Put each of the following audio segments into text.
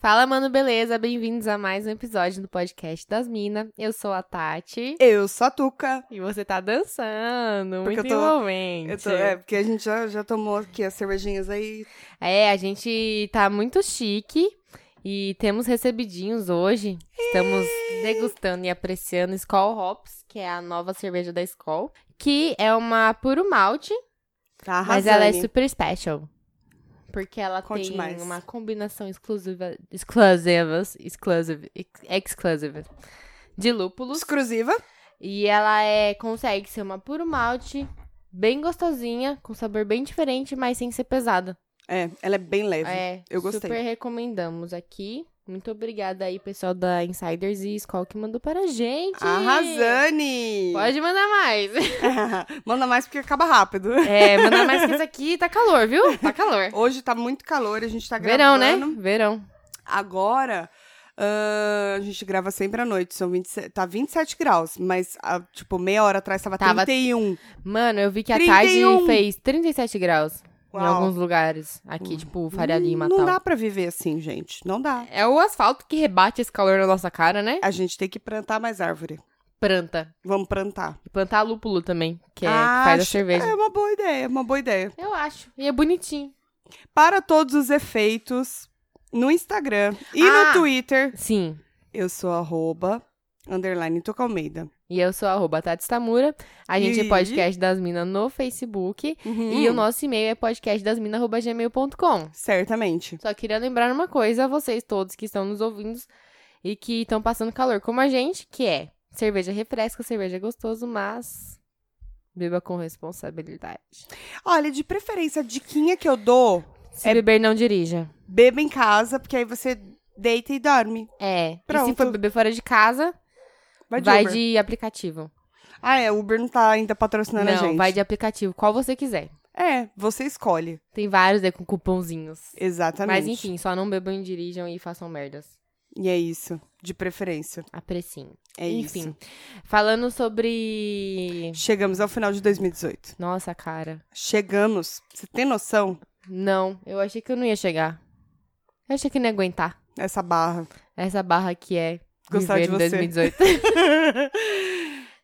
Fala, mano, beleza? Bem-vindos a mais um episódio do podcast das Minas. Eu sou a Tati Eu sou a Tuca. e você tá dançando, Porque muito eu tô- envolvente. Eu tô- é, porque a gente já, já tomou aqui as cervejinhas aí. É, a gente tá muito chique e temos recebidinhos hoje. Estamos degustando e apreciando Skol Hops, que é a nova cerveja da Skol, que é uma puro malte, Tá mas arrasando. ela é super special. Porque ela Conte tem mais. uma combinação exclusiva, exclusivas, exclusive, ex- exclusive de lúpulos. exclusiva. E ela é consegue ser uma puro malte, bem gostosinha, com sabor bem diferente, mas sem ser pesada. É, ela é bem leve. É, Eu gostei. super recomendamos aqui. Muito obrigada aí, pessoal da Insiders e Skol que mandou para a gente. Arrasane! Pode mandar mais. Manda mais porque acaba rápido. É, mandar mais que isso aqui tá calor, viu? Tá calor. Hoje tá muito calor, a gente tá Verão, gravando. né? Verão. Agora, ah, a gente grava sempre à noite, são 27, tá 27 graus, mas ah, tipo meia hora atrás tava, Tava 31. Mano, eu vi que a 31. tarde fez 37 graus em Uau. Hum, alguns lugares. Aqui, tipo, Faria Lima e Não tal. dá pra viver assim, gente, não dá. É o asfalto que rebate esse calor na nossa cara, né? A gente tem que plantar mais árvore. Planta. Vamos plantar. E plantar lúpulo também, que, é, que Ah, faz a acho- cerveja. É uma boa ideia, é uma boa ideia. Eu acho. E é bonitinho. para todos os efeitos no Instagram e Ah! no Twitter. Sim. Eu sou arroba, underline Tuca Almeida. E eu sou a arroba Tati Stamura. A gente é E- Hum. podcast das minas no Facebook. E o nosso e-mail é podcastdasminas.gmail.com. Certamente. Só queria lembrar uma coisa a vocês todos que estão nos ouvindo e que estão passando calor como a gente, que é cerveja refresca, cerveja é gostoso, mas beba com responsabilidade. Olha, de preferência, a diquinha que eu dou, Se beber, não dirija. beba em casa, porque aí você deita e dorme. É. E se Pronto. for beber fora de casa, Vai de vai Uber. de aplicativo. Ah, é, Uber não tá ainda patrocinando a Não, gente. vai de aplicativo, qual você quiser. É, você escolhe. Tem vários aí com cupomzinhos. Exatamente. Mas enfim, só não bebam e dirijam e façam merdas. E é isso, de preferência. Apreciem. É Enfim, isso. falando sobre. Chegamos ao final de 2018. Nossa, cara. Chegamos. Você tem noção Não, eu achei que eu não ia chegar. Eu achei que eu não ia aguentar. essa barra? Essa barra que é. Gostar viver de em você. 2018.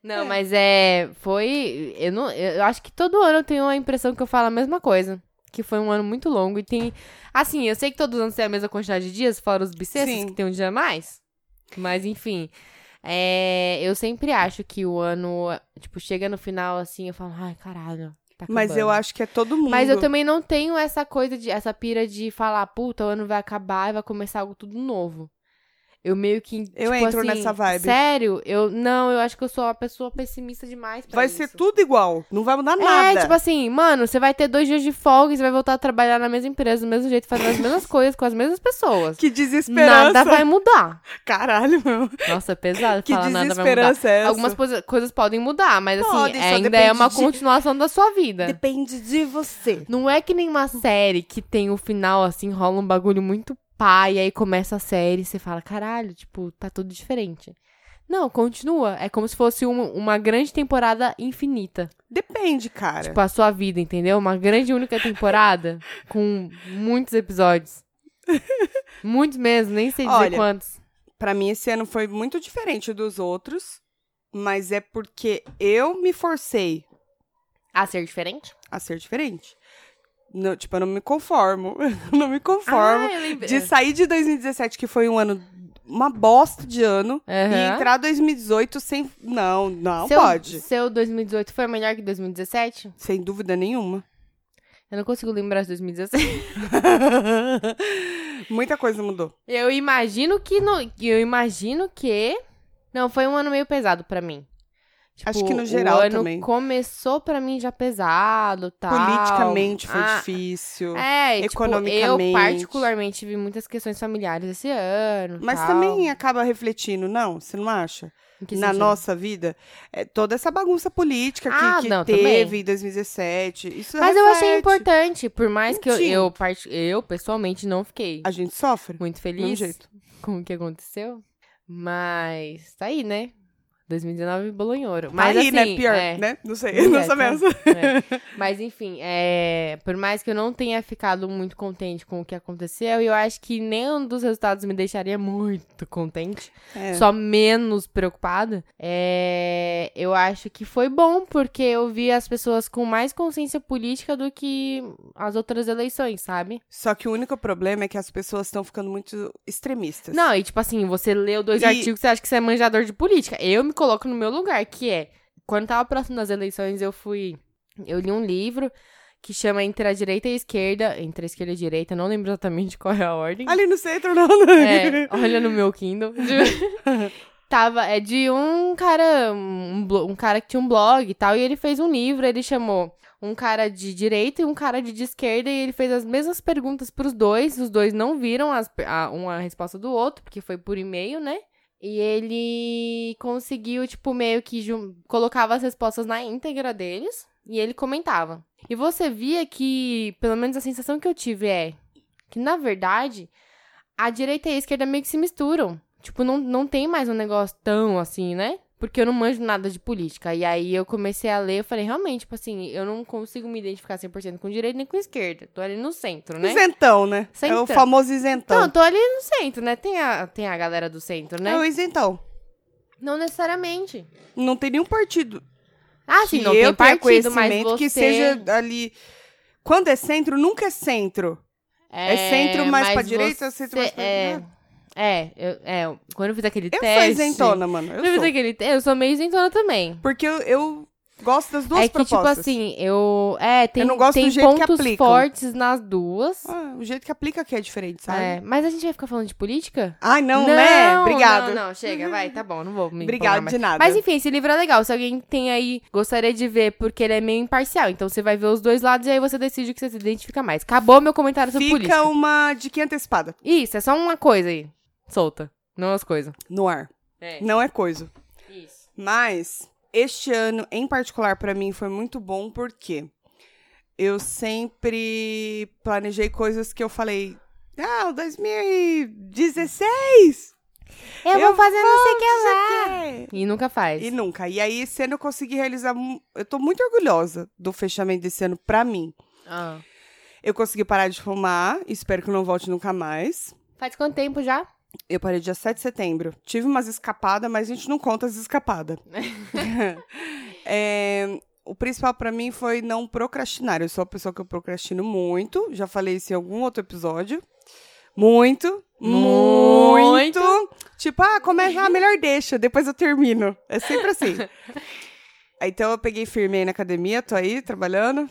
não, mas é. Foi. Eu, não, eu acho que todo ano eu tenho a impressão que eu falo a mesma coisa. Que foi um ano muito longo e tem. Assim, eu sei que todos os anos tem a mesma quantidade de dias, fora os bissextos, Sim. que tem um dia a mais. Mas enfim. é, eu sempre acho que o ano, tipo, chega no final assim, eu falo, ai, caralho. Tá Mas eu acabando." acho que é todo mundo. Mas eu também não tenho essa coisa de essa pira de falar, puta, o ano vai acabar e vai começar algo tudo novo. Eu meio que. Eu tipo entro assim, nessa vibe. Sério? Eu não, eu acho que eu sou uma pessoa pessimista demais pra Vai isso. ser tudo igual. Não vai mudar nada. É, tipo assim, mano, você vai ter dois dias de folga e você vai voltar a trabalhar na mesma empresa, do mesmo jeito, fazendo as mesmas coisas com as mesmas pessoas. Que desesperança. Nada vai mudar. Caralho, meu. Nossa, é pesado Que falar nada vai mudar. desesperança é essa? Algumas coisa- coisas podem mudar, mas assim, Podem, só ainda é uma depende de- continuação da sua vida. Depende de você. Não é que nem uma série que tem o final, assim, rola um bagulho muito pá, e aí começa a série e você fala, caralho, tipo, tá tudo diferente. Não, continua. É como se fosse um- uma grande temporada infinita. Depende, cara. Tipo, a sua vida, entendeu? Uma grande única temporada com muitos episódios. muitos mesmo, nem sei dizer Olha, quantos. Pra mim, esse ano foi muito diferente dos outros. Mas é porque eu me forcei A ser diferente? a ser diferente. Não, tipo, eu não me conformo. não me conformo Ah, eu lembrei. de sair de 2017, que foi um ano... Uma bosta de ano. E Aham. entrar 2018 sem... Não, não seu, pode. Seu 2018 foi melhor que 2017? Sem dúvida nenhuma. Eu não consigo lembrar de 2017. Muita coisa mudou. Eu imagino que no, que eu imagino que não foi um ano meio pesado pra mim. Acho Tipo, que no geral o ano também. começou pra mim já pesado, tal. Politicamente foi Ah, difícil. É, e, Tipo, eu economicamente. particularmente vi muitas questões familiares esse ano, Mas tal. também acaba refletindo, não? Você não acha? Em que Na sentido? nossa vida, é, toda essa bagunça política que- Ah, que, não, teve também. em 2017. Isso Mas eu achei reflete. importante, por mais que eu Sim. eu, parti- eu pessoalmente não fiquei A gente sofre. muito Do mesmo feliz jeito. com o que aconteceu, mas tá aí, né? 2019 Bolonhoro. Mas Mas aí, assim, né? Pior, é. né? Não sei, É, não tá. sabemos. É. Mas enfim, é, por mais que eu não tenha ficado muito contente com o que aconteceu, eu acho que nenhum dos resultados me deixaria muito contente, É. só menos preocupada. É, eu acho que foi bom, porque eu vi as pessoas com mais consciência política do que as outras eleições, sabe? Só que o único problema é que as pessoas estão ficando muito extremistas. Não, e tipo assim, você leu dois E- artigos, você acha que você é manjador de política. Eu me coloco no meu lugar, que é. Quando tava próximo das eleições, eu fui. Eu li um livro que chama Entre a Direita e a Esquerda. Entre a esquerda e a direita, não lembro exatamente qual é a ordem. Ali no centro, não. né? não. É, olha no meu Kindle. De- Tava, é de um cara, um, blo- um cara que tinha um blog e tal, e ele fez um livro, ele chamou um cara de direita e um cara de, de esquerda, e ele fez as mesmas perguntas pros dois, os dois não viram as pe- a, uma resposta do outro, porque foi por e-mail, né? E ele conseguiu, tipo, meio que jun- colocava as respostas na íntegra deles, e ele comentava. E você via que, pelo menos a sensação que eu tive é que, na verdade, a direita e a esquerda meio que se misturam. Tipo, não, não tem mais um negócio tão assim, né? Porque eu não manjo nada de política. E aí eu comecei a ler, eu falei, realmente, tipo assim, eu não consigo me identificar 100% com direita nem com esquerda. Tô ali no centro, né? Isentão, né? É Centrão. o famoso Não, isentão. eu tô ali no centro, né? Tem a, tem a galera do centro, né? É o isentão. Não necessariamente. Não tem nenhum partido. Ah, sim, que não eu tem tenha partido, mas conhecimento você... que seja ali... Quando é centro, nunca é centro. É, centro mais pra mas direita, você- centro mais pra... É, Ah, é, eu, é, quando eu fiz aquele Eu teste... sou isentona, mano. Eu, Eu fiz sou. aquele, te- eu sou meio isentona também. Porque eu, eu gosto das duas é que, propostas. tipo assim, eu. É, tem, não gosto tem do jeito que pontos aplicam. fortes nas duas. Ah, o jeito que aplica aqui é diferente, sabe? É, mas a gente vai ficar falando de política? Ai, não, né? Obrigada. Não, não, chega, vai, tá bom, não vou me empolgar Obrigada mais. de nada. Mas enfim, esse livro é legal. Se alguém tem aí, gostaria de ver, porque ele é meio imparcial. Então você vai ver os dois lados e aí você decide o que você se identifica mais. Acabou meu comentário sobre Fica política. uma dica antecipada Isso, é só uma coisa aí. Solta. Não as coisas. no ar. É. Não é coisa. Isso. Mas este ano, em particular, pra mim foi muito bom porque eu sempre planejei coisas que eu falei. Ah, 2016! Eu, Eu vou fazer não sei o que não lá. sei o quê. E nunca faz. E nunca. E aí, esse ano eu consegui realizar. mu- Eu tô muito orgulhosa do fechamento desse ano pra mim. Ah. Eu consegui parar de fumar, espero que eu não volte nunca mais. Faz quanto tempo já? Eu parei dia 7 de setembro. Tive umas escapadas, mas a gente não conta as escapadas. É, o principal pra mim foi não procrastinar. Eu sou uma pessoa que eu procrastino muito. Já falei isso em algum outro episódio. Muito. Muito. Muito. Tipo, ah, começa, ah, melhor deixa, depois eu termino. É sempre assim. Aí, Então eu peguei firme aí na academia, tô aí trabalhando,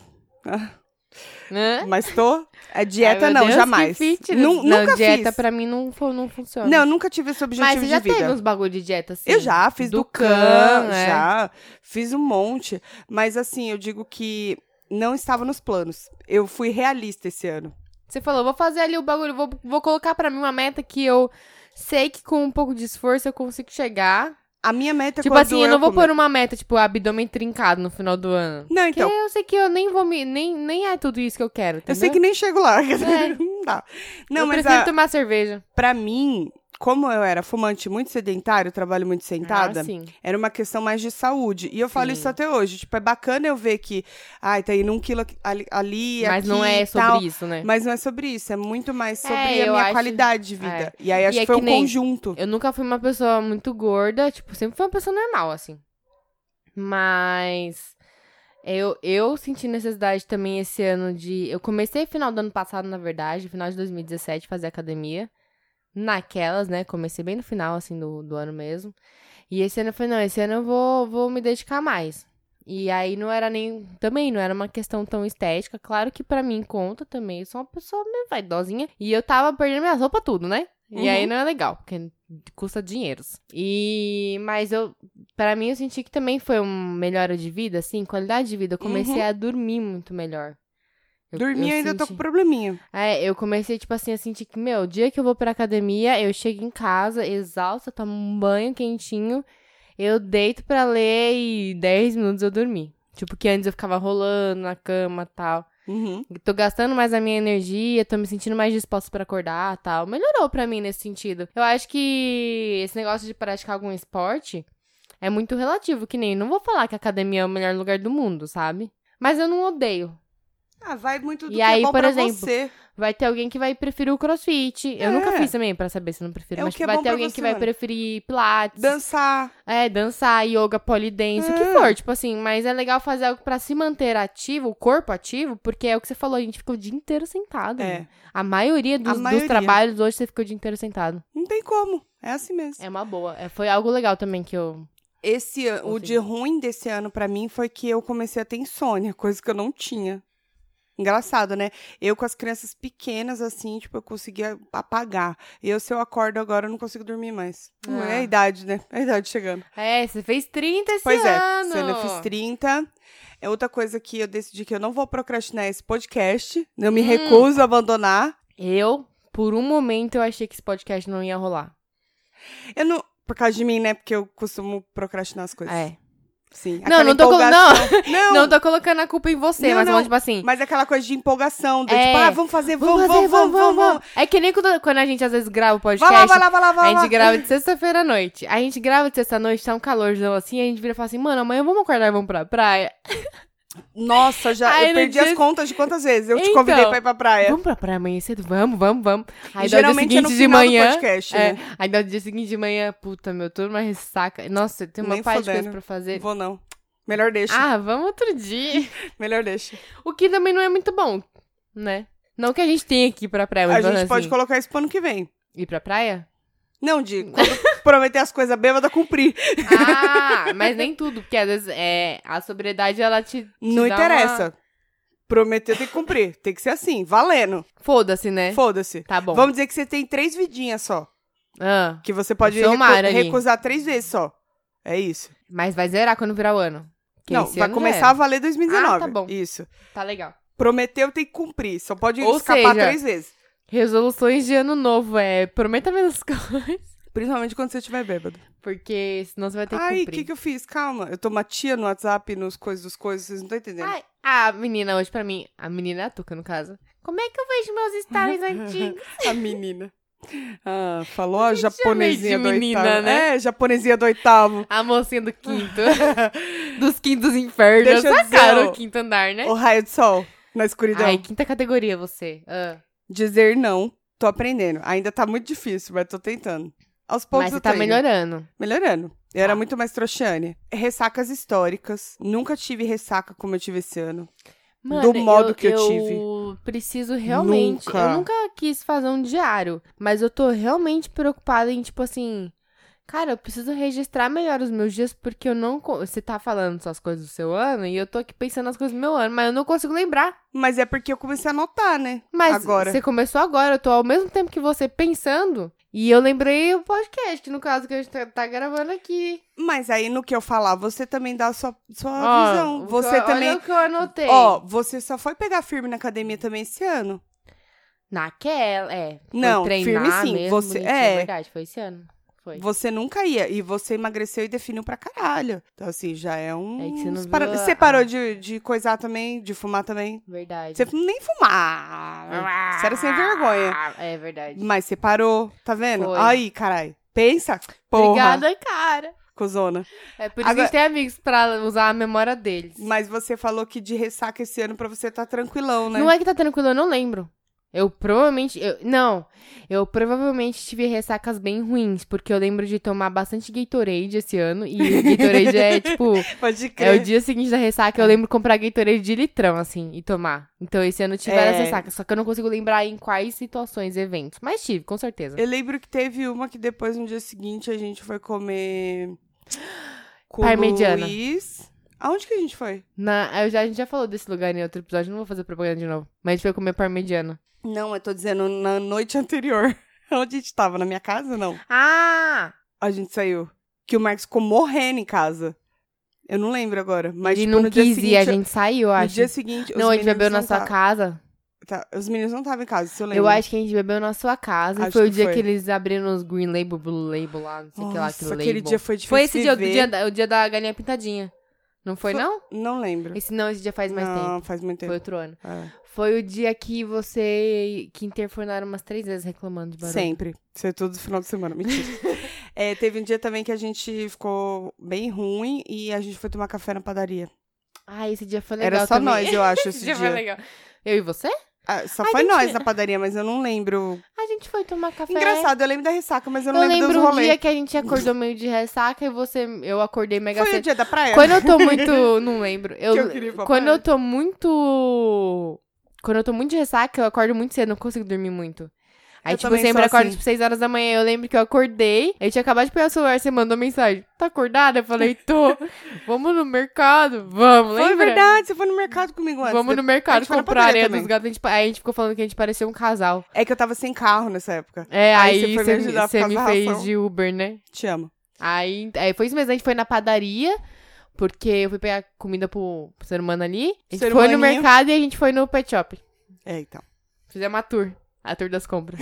Hã? mas tô. A É. dieta Ai, meu não, Deus, jamais. que fitness. Nu- não, nunca dieta fiz. pra mim não, fo- não funciona. Não, nunca tive esse objetivo Mas você já de vida. teve uns bagulho de dieta assim? Eu já fiz Do do, Can, can, é. já fiz um monte, mas assim, eu digo que não estava nos planos. Eu fui realista esse ano. Você falou, vou fazer ali o bagulho, vou, vou colocar pra mim uma meta que eu sei que com um pouco de esforço eu consigo chegar. A minha meta é tipo quando assim, eu não vou come- pôr uma meta, tipo, abdômen trincado no final do ano. Não, Porque então, eu sei que eu nem vou me. Nem, nem é tudo isso que eu quero. Entendeu? É. eu sei que nem chego lá. não dá. Não, eu mas prefiro a- tomar cerveja. pra mim, como eu era fumante muito sedentário, trabalho muito sentada, Ah, sim. era uma questão mais de saúde. E eu falo Sim. isso até hoje. Tipo, é bacana eu ver que, ai, tá indo um quilo aqui- ali, ali Mas não aqui é e sobre tal. isso, né? Mas não é sobre isso, é muito mais sobre É, a eu minha acho- qualidade de vida. E aí acho E é que foi que um nem- conjunto. Eu nunca fui uma pessoa muito gorda, tipo, sempre fui uma pessoa normal, assim. Mas eu, eu senti necessidade também esse ano de. Eu comecei final do ano passado, na verdade, final de 2017, fazer academia. Naquelas, né? Comecei bem no final, assim, do, do ano mesmo. E esse ano eu falei, não, esse ano eu vou, vou me dedicar mais. E aí não era nem. Também não era uma questão tão estética. Claro que pra mim conta também. Eu sou uma pessoa meio vaidosinha. E eu tava perdendo minhas roupas tudo, né? E Uhum. aí não é legal, porque custa dinheiros. E. Mas eu. Pra mim eu senti que também foi uma melhora de vida, assim, qualidade de vida. Eu comecei a dormir muito melhor. Eu- Uhum. Dormir eu ainda tô com senti- probleminha. é, eu comecei, tipo assim, a sentir que, meu, o dia que eu vou pra academia, eu chego em casa, exausta, tomo um banho quentinho, eu deito pra ler e 10 minutos eu dormi. Tipo, que antes eu ficava rolando na cama e tal. Uhum. Tô gastando mais a minha energia, tô me sentindo mais disposta pra acordar e tal. Melhorou pra mim nesse sentido. Eu acho que esse negócio de praticar algum esporte É muito relativo, que nem. Não vou falar que a academia é o melhor lugar do mundo, sabe? Mas eu não odeio. Ah, vai muito do E que aí, é bom por pra exemplo, você. Vai ter alguém que vai preferir o crossfit. Eu nunca É. fiz também pra saber se eu não prefiro. É o mas tipo, que é vai bom ter pra alguém você, que vai mano. preferir pilates. Dançar. É, dançar, yoga, polidense, o que É. for, tipo assim, mas é legal fazer algo pra se manter ativo, o corpo ativo, porque é o que você falou, a gente fica o dia inteiro sentado. É. né? A maioria dos, dos maioria. trabalhos hoje você fica o dia inteiro sentado. Não tem como. É assim mesmo. É uma boa. É, foi algo legal também que eu. Esse ano, o Confirmo. de ruim desse ano pra mim foi que eu comecei a ter insônia, coisa que eu não tinha. Engraçado, né? Eu com as crianças pequenas, assim, tipo, eu conseguia apagar. E eu, se eu acordo agora, eu não consigo dormir mais. Não É Ah. a idade, né? É a idade chegando. É, você fez 30 esse Pois é, ano. sendo eu fiz 30. É outra coisa que eu decidi que eu não vou procrastinar esse podcast. Eu me Hum. recuso a abandonar. Eu, por um momento, eu achei que esse podcast não ia rolar. Eu não. Por causa de mim, né? Porque eu costumo procrastinar as coisas. É. Sim. Não, aquela não tô, colo- não, empolgação- Não, não tô colocando a culpa em você, Não, mas não. vamos, tipo assim. Mas aquela coisa de empolgação, do É. tipo, ah, vamos fazer, Vamos, vamos, vamos, vamos, vamos. vamos, É que nem quando, quando a gente às vezes grava o podcast. Vai lá, vai lá, vai lá, vai A lá. gente grava de sexta-feira à noite. A gente grava de sexta à noite, tá um calorzão assim, a gente vira e fala assim, mano, amanhã vamos acordar e vamos pra praia. Nossa, já Aí eu no perdi dia- as contas de quantas vezes eu te Então. convidei pra ir pra praia. Vamos pra praia amanhã cedo? Vamos, vamos, vamos. Aí E dá o dia É. geralmente é no seguinte de final do manhã. podcast, É, né? aí dá o dia seguinte de manhã, puta, meu, tô numa ressaca. Nossa, tem uma Nem parte de fodendo. coisa pra Não fazer. né? vou não. Melhor deixa, Ah, vamos outro dia. melhor deixa. O que também não é muito bom, né? Não que a gente tenha aqui pra praia, mas a gente assim, pode colocar isso pro ano que vem. ir pra praia? Não, de Hum. quando prometer as coisas bêbada, cumprir. Ah, mas nem tudo, porque às vezes é, a sobriedade ela te, te Não dá interessa. uma- Prometeu tem que cumprir. Tem que ser assim, valendo. Foda-se, né? Foda-se. Tá bom. Vamos dizer que você tem três vidinhas só. Ah. Que você pode Seu recu- mar ali. recusar três vezes só. É isso. Mas vai zerar quando virar o ano. Que não, esse vai ano já começar a valer 2019. Ah, tá bom. Isso. era. Tá legal. Prometeu tem que cumprir. Só pode Ou escapar seja- três vezes. Resoluções de ano novo, é. Prometa menos coisas. Principalmente quando você estiver bêbado. Porque senão você vai ter que Ai, o cumprir. que, que eu fiz? Calma. Eu tô matia no WhatsApp, nos coisas dos coisas, vocês não estão entendendo. Ai, a menina hoje pra mim. A menina é a Tuca, no caso. Como é que eu vejo meus stories antigos? A menina. Ah, falou a gente chama isso de japonesinha do menina, oitavo. né? É, japonesinha do oitavo. A mocinha do quinto. dos quintos infernos. Deixa eu Tá dizer, um caro ó, o quinto andar, né? O raio de sol na escuridão. Ai, quinta categoria você. Ah, Dizer não, tô aprendendo. Ainda tá muito difícil, mas tô tentando. Aos poucos mas eu você tá tô indo. melhorando. Melhorando. Eu era Tá. muito mais trouxane. Ressacas históricas. Nunca tive ressaca como eu tive esse ano. Mano, Do modo eu, que eu Eu preciso realmente. Nunca. Eu nunca quis fazer um diário, mas eu tô realmente preocupada em, tipo assim. Cara, eu preciso registrar melhor os meus dias porque eu não. co- Você tá falando suas coisas do seu ano e eu tô aqui pensando nas coisas do meu ano, mas eu não consigo lembrar. Mas é porque eu comecei a notar, né? Mas Agora. você começou agora, eu tô ao mesmo tempo que você pensando e eu lembrei o podcast, que no caso que a gente tá- tá gravando aqui. Mas aí no que eu falar, você também dá a sua, sua Ó, o visão. que Você eu- Olha também. o que eu anotei. Ó, você só foi pegar firme na academia também esse ano. Naquela, é. Foi Não, treinar firme sim, mesmo, você- bonitinho, é. verdade, foi esse ano. Foi. Você nunca ia. E você emagreceu e definiu pra caralho. Então, assim, já é um. É que você não viu para- a- Você parou de, de coisar também, de fumar também. Verdade. Você nem fumar. Você era sem vergonha. É verdade. Mas você parou, tá vendo? Foi. Aí, caralho. Pensa. Porra, Obrigada, cara. cuzona. É por isso que a gente tem amigos pra usar a memória deles. Mas você falou que de ressaca esse ano pra você tá tranquilão, né? Não é que tá tranquilo, eu não lembro. Eu provavelmente. eu- não. Eu provavelmente tive ressacas bem ruins, porque eu lembro de tomar bastante Gatorade esse ano. E Gatorade é tipo. Pode É crer. o dia seguinte da ressaca, eu lembro comprar Gatorade de litrão, assim, e tomar. Então esse ano eu tive várias É. ressacas, só que eu não consigo lembrar em quais situações, eventos. Mas tive, com certeza. Eu lembro que teve uma que depois, no dia seguinte, a gente foi comer... Com Parmegiana. Luiz. Aonde que a gente foi? Na, eu já, a gente já falou desse lugar em outro episódio, não vou fazer propaganda de novo. Mas a gente foi comer parmegiana. Não, eu tô dizendo na noite anterior. Onde a gente tava? Na minha casa, não? Ah! A gente saiu. Que o Marcos ficou morrendo em casa. Eu não lembro agora. Mas, Ele tipo, não no dia quis seguinte... ir, a gente saiu, eu No acho. dia seguinte... os não, a gente meninos bebeu na não sua tá- casa. tá, Os meninos não estavam em casa, se eu lembro. Eu acho que a gente bebeu na sua casa. e Acho foi o que dia foi. que eles abriram os Green Label, Blue Label lá, não sei o que lá, que Nossa, label. aquele dia foi difícil foi esse de dia, o ver. dia, da- o dia da galinha pintadinha. Não foi, Foi- não? Não lembro. Esse não, esse dia faz mais não, tempo. faz Foi muito tempo. outro ano. É. Foi o dia que você. que interfonaram umas três vezes reclamando de barulho. é Sempre. Isso é todo final de semana. Mentira. É, teve um dia também que a gente ficou bem ruim e a gente foi tomar café na padaria. Ah, esse dia foi legal Era só também. nós, eu acho, Esse esse dia foi dia. legal. Eu e você? Ah, só Ai, foi gente. nós na padaria, mas eu não lembro. A gente foi tomar café. Engraçado, eu lembro da ressaca, mas eu Eu não lembro, lembro, dos um rolês. dia que a gente acordou meio de ressaca e você... Eu acordei mega Foi o cedo. dia da praia? Quando eu tô muito... Não lembro. Eu, É Que eu queria ir pra quando praia. eu tô muito... Quando eu tô muito de ressaca, eu acordo muito cedo, não consigo dormir muito. Aí, Eu tipo, eu também sempre sou acordo, assim. tipo, 6 horas da manhã. Eu lembro que eu acordei, eu tinha acabado de pegar o celular, você mandou mensagem. Tá acordada? Eu falei, tô. Vamos no mercado? Vamos, Foi lembra? verdade, você foi no mercado comigo antes. Vamos no mercado foi na comprar padaria areia também. dos gatos. A gente, aí a gente ficou falando que a gente parecia um casal. É que eu tava sem carro nessa época. É, Aí aí, você foi me você me, ajudar por você causa me da fez ração. de Uber, né? Te amo. Aí, aí foi isso mesmo, a gente foi na padaria, porque eu fui pegar comida pro, pro ser humano ali. A gente Ser foi no humaninho. mercado e a gente foi no pet shop. É, então. Fizemos uma tour. A tour das compras.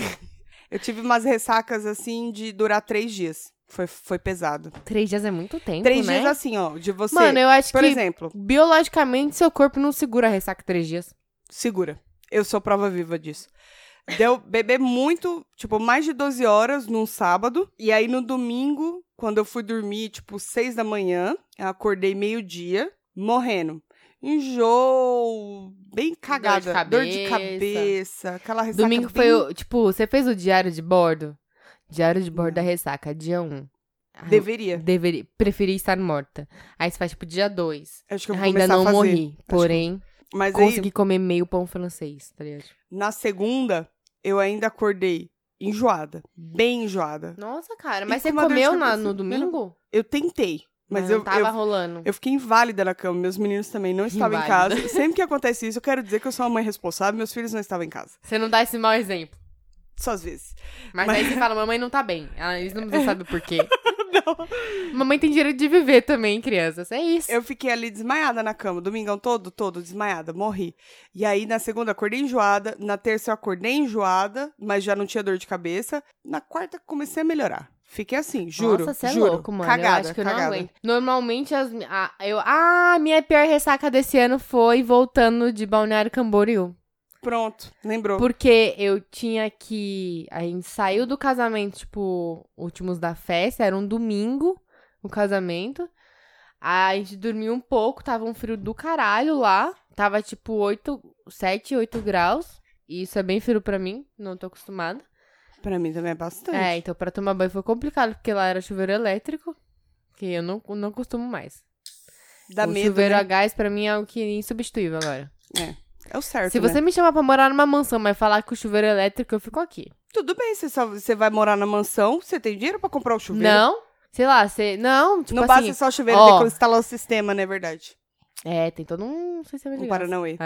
Eu tive umas ressacas assim de durar três dias. Foi, foi pesado. Três dias é muito tempo, três né? dias assim, ó, de você. Mano, eu acho por que exemplo, biologicamente seu corpo não segura a ressaca três dias. segura. Eu sou prova viva disso. Deu beber muito, tipo, mais de 12 horas num sábado. E aí no domingo, quando eu fui dormir, tipo, seis da manhã, eu acordei meio-dia, morrendo. Enjoo, bem cagada. Dor de cabeça, aquela ressaca. Domingo bem- foi, o- tipo, você fez o diário de bordo? Diário de bordo da ressaca, dia 1. Um. Ai, Deveria. Deveria, preferi estar morta. Aí você faz, tipo, dia 2. Acho que eu vou Ainda começar não a fazer. morri. Porém, Mas aí, consegui comer meio pão francês, tá ligado? Na segunda, eu ainda acordei enjoada, bem enjoada. Nossa, cara, E mas com você uma dor de comeu na- cabeça. no domingo? Eu tentei, mas não eu, tava eu, rolando. eu fiquei inválida na cama. Meus meninos também não estavam em Inválida. casa. Sempre que acontece isso, eu quero dizer que eu sou uma mãe responsável, meus filhos não estavam em casa. Você não dá esse mau exemplo. Só às vezes. Mas, aí Mas- você fala, mamãe não tá bem. Ah, Eles não sabem por quê. Não. mamãe tem direito de viver também, crianças. É isso. Eu fiquei ali desmaiada na cama, domingão todo, todo, desmaiada, morri. E aí, na segunda, acordei enjoada. Na terça, eu acordei enjoada, mas já não tinha dor de cabeça. Na quarta, comecei a melhorar. Fiquei assim, juro. Nossa, você é juro. louco, mano. Cagada, eu acho que eu cagada. não aguento. Normalmente, as, mi- a, eu, ah, minha pior ressaca desse ano foi voltando de Balneário Camboriú. Pronto, lembrou. Porque eu tinha que... A gente saiu do casamento, tipo, últimos da festa. Era um domingo, o casamento. A gente dormiu um pouco, tava um frio do caralho lá. Tava, tipo, 8, 7, 8 graus. E isso é bem frio pra mim, não tô acostumada. Pra mim também é bastante. É, então pra tomar banho foi complicado, porque lá era chuveiro elétrico, que eu não, não costumo mais. Dá o medo. chuveiro né? a gás pra mim é algo que é insubstituível agora. É o certo. Se né? você me chamar pra morar numa mansão, mas falar que o chuveiro é elétrico, eu fico aqui. Tudo bem, você, só- você vai morar na mansão, você tem dinheiro pra comprar o chuveiro. Não? Sei lá, você... Não, tipo né? Não assim... basta só o chuveiro, ó. tem que instalar o sistema, não é verdade? É, tem todo um sistema de Um gás. Paranauê.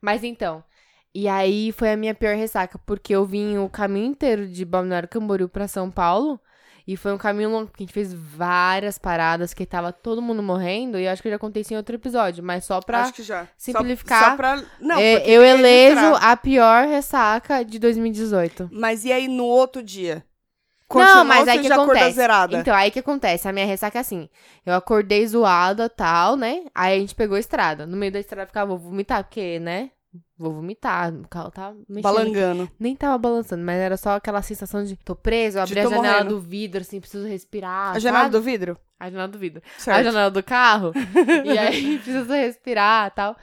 Mas então... E aí foi a minha pior ressaca, porque eu vim o caminho inteiro de Balneário Camboriú pra São Paulo... E foi um caminho longo, porque a gente fez várias paradas, que tava todo mundo morrendo, e eu acho que eu já contei isso em outro episódio, mas só pra Acho que já. Só- simplificar, Só, pra... Não, É, porque eu tem que elejo registrar. a pior ressaca de 2018. Mas e aí no outro não, dia? Continuou mas ou aí você que já acordou acontece. zerada? Então, aí que acontece. A minha ressaca é assim. Eu acordei zoada, tal, né? Aí a gente pegou a estrada. No meio da estrada eu ficava, vou vomitar, porque, né? Vou vomitar. O carro tá mexendo. Balangando. Nem tava balançando, mas era só aquela sensação de tô preso, eu abri De a tô janela morrendo. do vidro, assim, preciso respirar. a janela sabe? do vidro? A janela do vidro. a Certo. janela do carro. e aí precisa respirar e tal.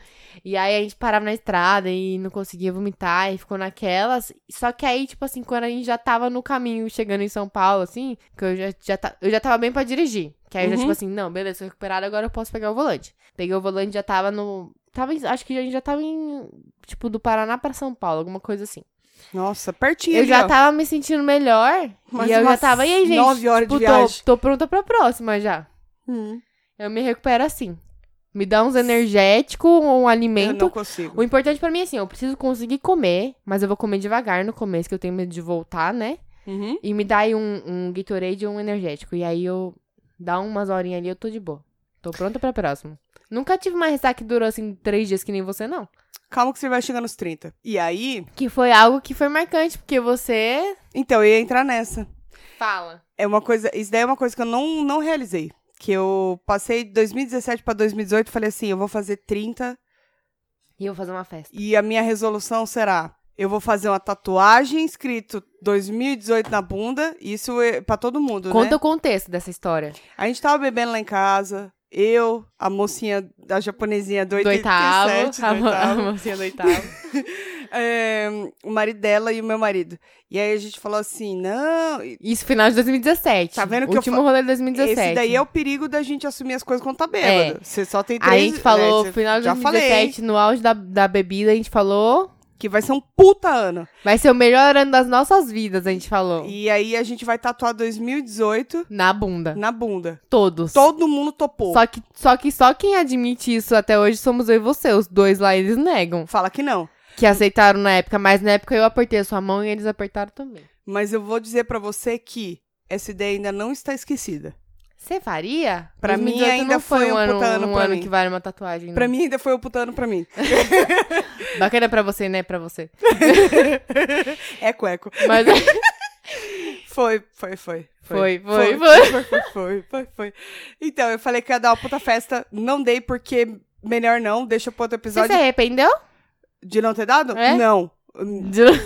E aí a gente parava na estrada e não conseguia vomitar e ficou naquelas. Só que aí, tipo assim, quando a gente já tava no caminho, chegando em São Paulo, assim, que eu já, já, ta- eu já tava bem pra dirigir. Que aí eu já, Uhum. tipo assim, não, beleza, tô recuperada, agora eu posso pegar o volante. Peguei o volante, já tava no. Tava, em- acho que a gente já tava em. Tipo, do Paraná pra São Paulo, alguma coisa assim. Nossa, pertinho Eu ali, já ó. tava me sentindo melhor. Mais e eu já umas tava. E aí, gente? nove horas de tipo, viagem." tô, tô pronta pra próxima já. Hum, Eu me recupero assim. Me dá uns energéticos, um eu não alimento. consigo. O importante pra mim é assim, eu preciso conseguir comer, mas eu vou comer devagar no começo, que eu tenho medo de voltar, né? Uhum. E me dá aí um, um Gatorade ou um energético. E aí eu dá umas horinhas ali, eu tô de boa. Tô pronta pra próxima. Nunca tive uma ressaca que durou assim três dias que nem você, não. Calma que você vai chegar nos 30. E aí... Que foi algo que foi marcante, porque você Então, eu ia entrar nessa. fala. É uma coisa, isso daí é uma coisa que eu não, não realizei. Que eu passei de 2017 pra 2018 e falei assim, eu vou fazer 30 E eu vou fazer uma festa. e a minha resolução será, Eu vou fazer uma tatuagem escrito 2018 na bunda. Isso é pra todo mundo, Conta né? o contexto dessa história. A gente tava bebendo lá em casa. Eu, a mocinha, a japonesinha do, Do oitavo. 87, A, do mo- a oitavo. mocinha do oitavo. É, o marido dela e o meu marido. E aí a gente falou assim, não... e- Isso, final de 2017. Tá vendo que eu Último fa- rolê de 2017. Esse daí é o perigo da gente assumir as coisas quando tá bêbado. Você só tem três... É. Aí a gente falou, né, cê- final de já 2017, no auge da, da bebida, a gente falou. que vai ser um puta ano. Vai ser o melhor ano das nossas vidas, a gente falou. E aí a gente vai tatuar 2018 Na bunda. na bunda. Todos. Todo mundo topou. Só que, só que só quem admite isso até hoje somos eu e você. Os dois lá, eles negam. Fala que não. Que aceitaram na época, mas na época eu apertei a sua mão e eles apertaram também. Mas eu vou dizer pra você que essa ideia ainda não está esquecida. Você faria? Pra mim, 2018 ainda não foi foi um um ano, puta ano um pra ano mim. que vale uma tatuagem. Pra não. mim ainda foi o putano pra mim. Bacana pra você, né? Pra você. Eco, eco. Mas Foi, foi, foi. Foi, foi, foi, foi, foi, foi, foi, foi. Então, eu falei que ia dar uma puta festa, não dei porque melhor não, deixa pro outro você se episódio. arrependeu? De não ter dado? É? Não.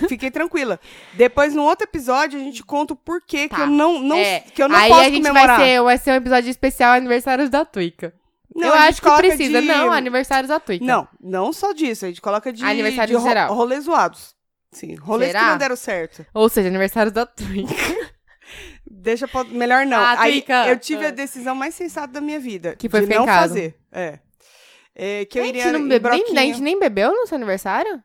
Fiquei tranquila. Depois, no outro episódio, a gente conta o porquê Tá. que eu não, não, É. que eu não Aí posso a gente comemorar. vai ser, vai ser um episódio especial aniversários da Tuica. Não, eu a gente acho que coloca precisa. de- Não, aniversários da Tuica. Não, não só disso. A gente coloca de. Então Aniversário de em geral. Rolês zoados. Sim, rolês que Será? não deram certo. Ou seja, aniversários da Tuica. Deixa pra... Melhor não. Ah, Aí Tuica. eu tive Ah. a decisão mais sensata da minha vida. Que foi de ficar em não casa. fazer. É. É, que eu a, gente iria não em bebe- nem- né? broquinho. a gente nem bebeu no seu aniversário?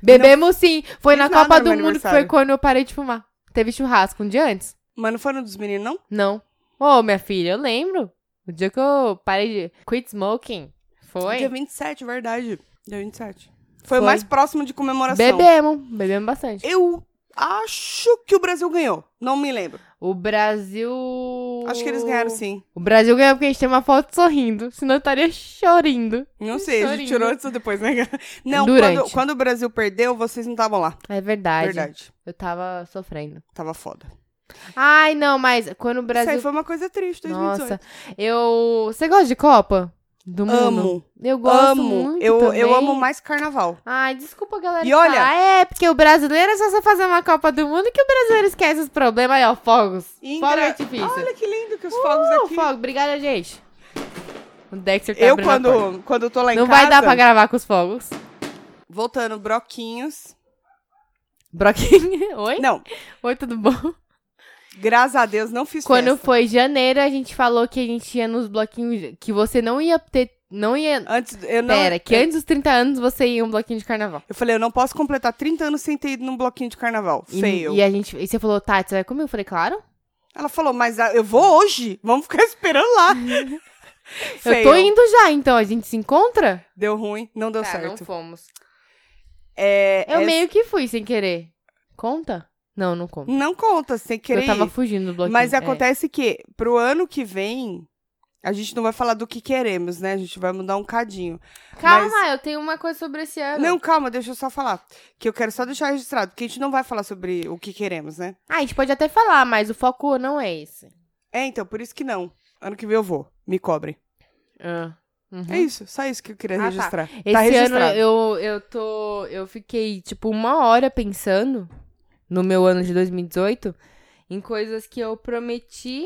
Bebemos sim. Foi Fiz na nada Copa no do meu Mundo que foi aniversário. quando eu parei de fumar. Teve churrasco um dia antes? Mas não foram dos meninos, não? Não. Ô, minha filha, eu lembro. O dia que eu parei de. Quit smoking. Foi? Dia 27, verdade. Dia 27. Foi, Foi. o mais próximo de comemoração. Bebemos. Bebemos bastante. Eu acho que o Brasil ganhou. Não me lembro. O Brasil. Acho que eles ganharam sim. O Brasil ganhou porque a gente tem uma foto sorrindo. Senão eu estaria chorindo. Não sei, a Chorinho. gente tirou isso depois, né? Não, Durante. quando, quando o Brasil perdeu, vocês não estavam lá. É verdade. Verdade. Eu tava sofrendo. Tava foda. Ai, não, mas quando o Isso aí Brasil. foi uma coisa triste, 2018. Nossa, eu. Você gosta de Copa? Do mundo? amo, Eu gosto amo. muito. eu, eu também. amo mais carnaval. Ai, desculpa, galera. E que olha- fala, é, porque o brasileiro é só você fazer uma Copa do Mundo que o brasileiro esquece os problemas. Aí, ó, fogos. Ingra- Fogo artifício. Olha que lindo que os fogos Uh, aqui. fogo. Obrigada, gente. O Dexter tá Eu, abrindo a porta. quando, quando eu tô lá em Não casa. vai dar pra gravar com os fogos. Voltando, broquinhos. Broquinho. Oi? Não, Oi, tudo bom? graças a Deus não fiz Quando festa. foi janeiro, a gente falou que a gente ia nos bloquinhos. Que você não ia ter. Não ia. Antes, eu não. é- Pera, que antes dos 30 anos você ia em um bloquinho de carnaval. Eu falei, eu não posso completar 30 anos sem ter ido num bloquinho de carnaval. E- Feio. E, é a gente. E você falou, Tati, você vai comigo? Eu falei, claro. Ela falou, mas ah, eu vou hoje. Vamos ficar esperando lá. Eu Feio. tô indo já, então. A gente se encontra? Deu ruim, não deu tá, não certo. fomos. É, Eu é- meio que fui sem querer. Conta? Não, não conta. Não conta, sem Eu querer. tava ir. fugindo do bloquinho. Mas é. acontece que, pro ano que vem, a gente não vai falar do que queremos, né? A gente vai mudar um cadinho. Calma, mas- eu tenho uma coisa sobre esse ano. Não, calma, deixa eu só falar. Que eu quero só deixar registrado, porque a gente não vai falar sobre o que queremos, né? Ah, a gente pode até falar, mas o foco não é esse. É, então, por isso que não. Ano que vem eu vou. Me cobrem. Ah. Uhum. É isso, só isso que eu queria Ah, tá. registrar. tá Esse ano registrado. eu, eu tô. Eu fiquei, tipo, uma hora pensando no meu ano de 2018 em coisas que eu prometi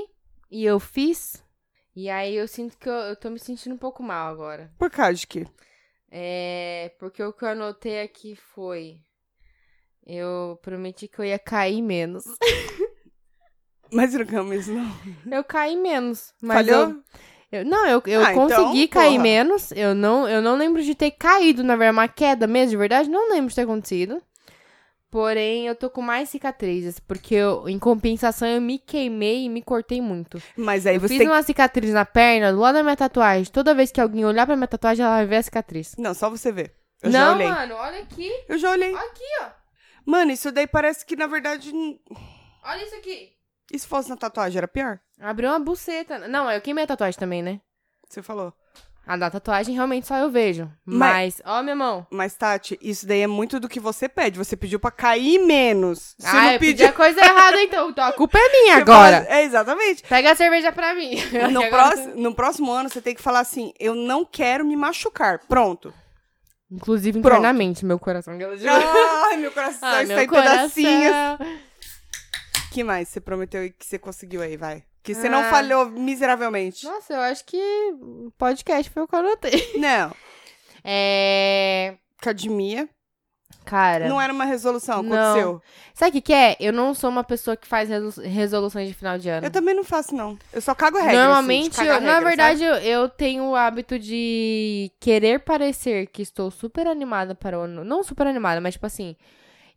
e eu fiz. E aí eu sinto que eu, eu tô me sentindo um pouco mal agora. Por causa de quê? É. Porque o que eu anotei aqui foi. Eu prometi que eu ia cair menos. Mas não ganhamos isso, não. Eu caí menos. Mas Falhou? eu- Eu- não, eu, eu Ah, então, consegui cair porra. menos. Eu não, eu não lembro de ter caído, na verdade, uma queda mesmo, de verdade, não lembro de ter acontecido. Porém, eu tô com mais cicatrizes, porque eu, em compensação eu me queimei e me cortei muito. Mas aí Eu você fiz tem uma cicatriz na perna, do lado da minha tatuagem. Toda vez que alguém olhar pra minha tatuagem, ela vai ver a cicatriz. Não, só você ver. Eu já não, olhei. mano, olha aqui. Eu já olhei. Olha aqui, ó. Mano, isso daí parece que, na verdade, n- Olha isso aqui. e se fosse na tatuagem, era pior. Abriu uma buceta. Não, eu queimei a tatuagem também, né? Você falou. A da tatuagem realmente só eu vejo. Mas, Mas- ó, minha mão. Mas, Tati, isso daí é muito do que você pede. Você pediu pra cair menos. Você ah, não eu pedi pediu a coisa errada, então. Então a culpa é minha Você agora. fala- É, exatamente. Pega a cerveja pra mim. Que No, agora- próximo, no próximo ano, você tem que falar assim: eu não quero me machucar. Pronto. Inclusive Pronto. internamente, meu coração. Ai, meu coração Ah, está em pedacinhos. O que mais você prometeu e que você conseguiu aí, vai? Que você não Ah. falhou miseravelmente. Nossa, eu acho que podcast foi o que eu anotei. Não. É. Academia. Cara. Não era uma resolução, Não. aconteceu. Sabe o que, que é? Eu não sou uma pessoa que faz resolu- resoluções de final de ano. Eu também não faço, não. Eu só cago regra. Normalmente, assim, de eu- cagar na regra, verdade, eu, eu tenho o hábito de querer parecer que estou super animada para o ano. Não super animada, mas tipo assim,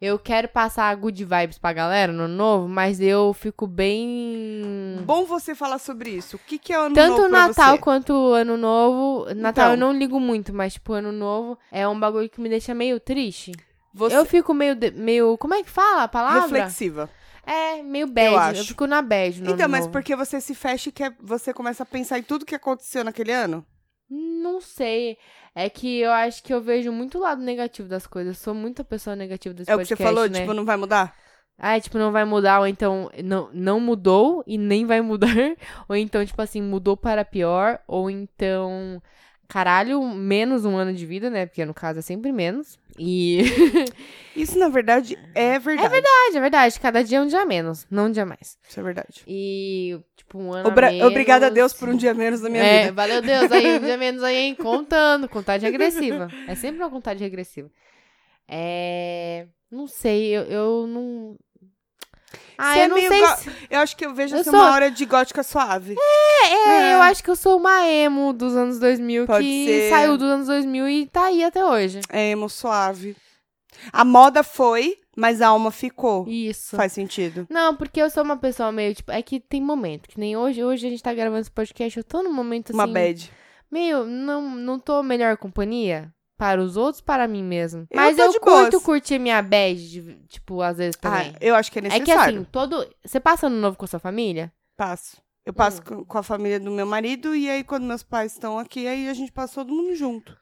eu quero passar good vibes pra galera no ano novo, mas eu fico bem. sabe? Bom você falar sobre isso. O que, que é ano Tanto novo o pra Natal você? quanto o Ano Novo. Natal Então. eu não ligo muito, mas, tipo, Ano Novo é um bagulho que me deixa meio triste. Você Eu fico meio. de- meio como é que fala a palavra? reflexiva. É, meio bad. Eu Eu, acho. fico na bad. No então, ano mas novo. porque você se fecha e quer, você começa a pensar em tudo que aconteceu naquele ano? Não sei. É que eu acho que eu vejo muito o lado negativo das coisas. Eu sou muita pessoa negativa desse é o que podcast, você falou, né? tipo, não vai mudar? Ah, tipo, não vai mudar, ou então não, não mudou e nem vai mudar. Ou então, tipo assim, mudou para pior. Ou então, caralho, menos um ano de vida, né? Porque no caso é sempre menos. E. Isso, na verdade, é verdade. É verdade. é verdade, cada dia é um dia a menos, não um dia a mais. Isso é verdade. E, tipo, um ano. Obra- a menos. Obrigada a Deus por um dia menos na minha é, vida. valeu Deus aí, um dia menos aí, hein? Contando, contagem regressiva. É sempre uma contagem regressiva. É. Não sei, eu, eu não. Ah, Você eu é não meio sei. go- se- Eu acho que eu vejo Eu assim, sou- uma hora de gótica suave. É, É. eu acho que eu sou uma emo dos anos 2000 Pode que ser. saiu dos anos 2000 e tá aí até hoje. É, emo suave. A moda foi, mas a alma ficou. Isso. Faz sentido. Não, porque eu sou uma pessoa meio tipo. É que tem momento, que nem hoje. Hoje a gente tá gravando esse podcast, eu tô num momento assim. Uma bad. Meio, não, não tô melhor companhia para os outros, para mim mesmo. Eu Mas tô eu de curto boas. curtir minha bad, de- tipo, às vezes também. Ah, eu acho que é é necessário. que assim, todo. Você passa ano novo com a sua família? Passo. Eu passo Hum. com- com a família do meu marido e aí quando meus pais estão aqui, aí a gente passa todo mundo junto.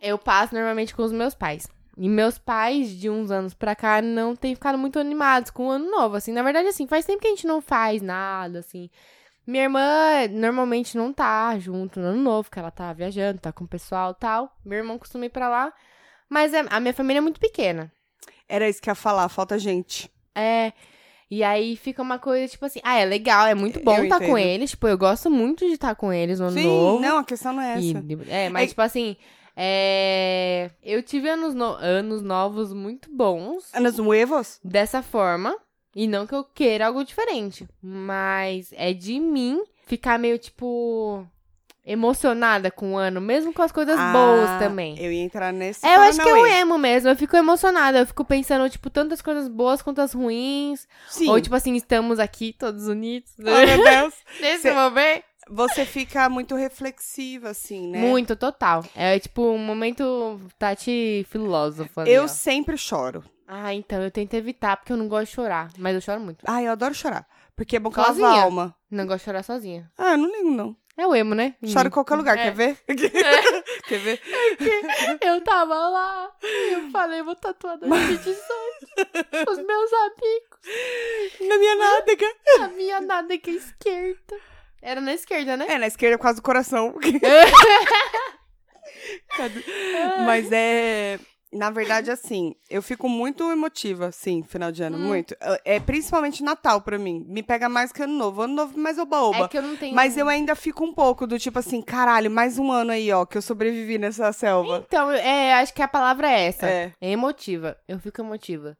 Eu passo normalmente com os meus pais. E meus pais, de uns anos pra cá, não têm ficado muito animados com o ano novo, assim. Na verdade, assim, faz tempo que a gente não faz nada, assim. Minha irmã normalmente não tá junto no ano novo, porque ela tá viajando, tá com o pessoal e tal. Meu irmão costuma ir pra lá. Mas é- a minha família é muito pequena. Era isso que eu ia falar, falta gente. É. E aí fica uma coisa, tipo assim, ah, é legal, é muito bom Eu estar com entendo. eles. Tipo, eu gosto muito de estar com eles no ano Sim, novo. não, a questão não é essa. E- é, mas É- tipo assim, é, eu tive anos, no- anos novos muito bons Anos huevos? dessa forma. E não que eu queira algo diferente, mas é de mim ficar meio tipo emocionada com o ano, mesmo com as coisas Ah, boas também. Eu ia entrar nesse É, eu acho que eu paranauê. emo mesmo, eu fico emocionada, eu fico pensando, tipo, tantas coisas boas quanto as ruins. Sim. Ou, tipo assim, estamos aqui todos unidos, Oh, né? meu Deus. nesse Cê- momento. Você fica muito reflexiva, assim, né? Muito, total. É tipo um momento Tati filósofa. ali, Eu ó. sempre choro. Ah, então eu tento evitar porque eu não gosto de chorar. Mas eu choro muito. Ah, eu adoro chorar. Porque é bom que Sozinha? lava a alma. Não gosto de chorar sozinha. Ah, eu não ligo, não. É o emo, né? Choro em qualquer lugar, É. quer ver? quer ver? Eu tava lá. Eu falei, vou tatuar 2018. os meus amigos, Na é minha Uhum. nádega. a minha nádega esquerda. Era na esquerda, né? É, na esquerda é por causa do coração. Cadê? Mas é. Na verdade, assim, eu fico muito emotiva, assim, final de ano, Hum. muito. É é principalmente Natal pra mim. Me pega mais que ano novo. Ano novo, mais É oba-oba. que eu não tenho. Mas eu ainda fico um pouco do tipo assim, caralho, mais um ano aí, ó, que eu sobrevivi nessa selva. Então, é, acho que a palavra é essa. É. É emotiva. Eu fico emotiva.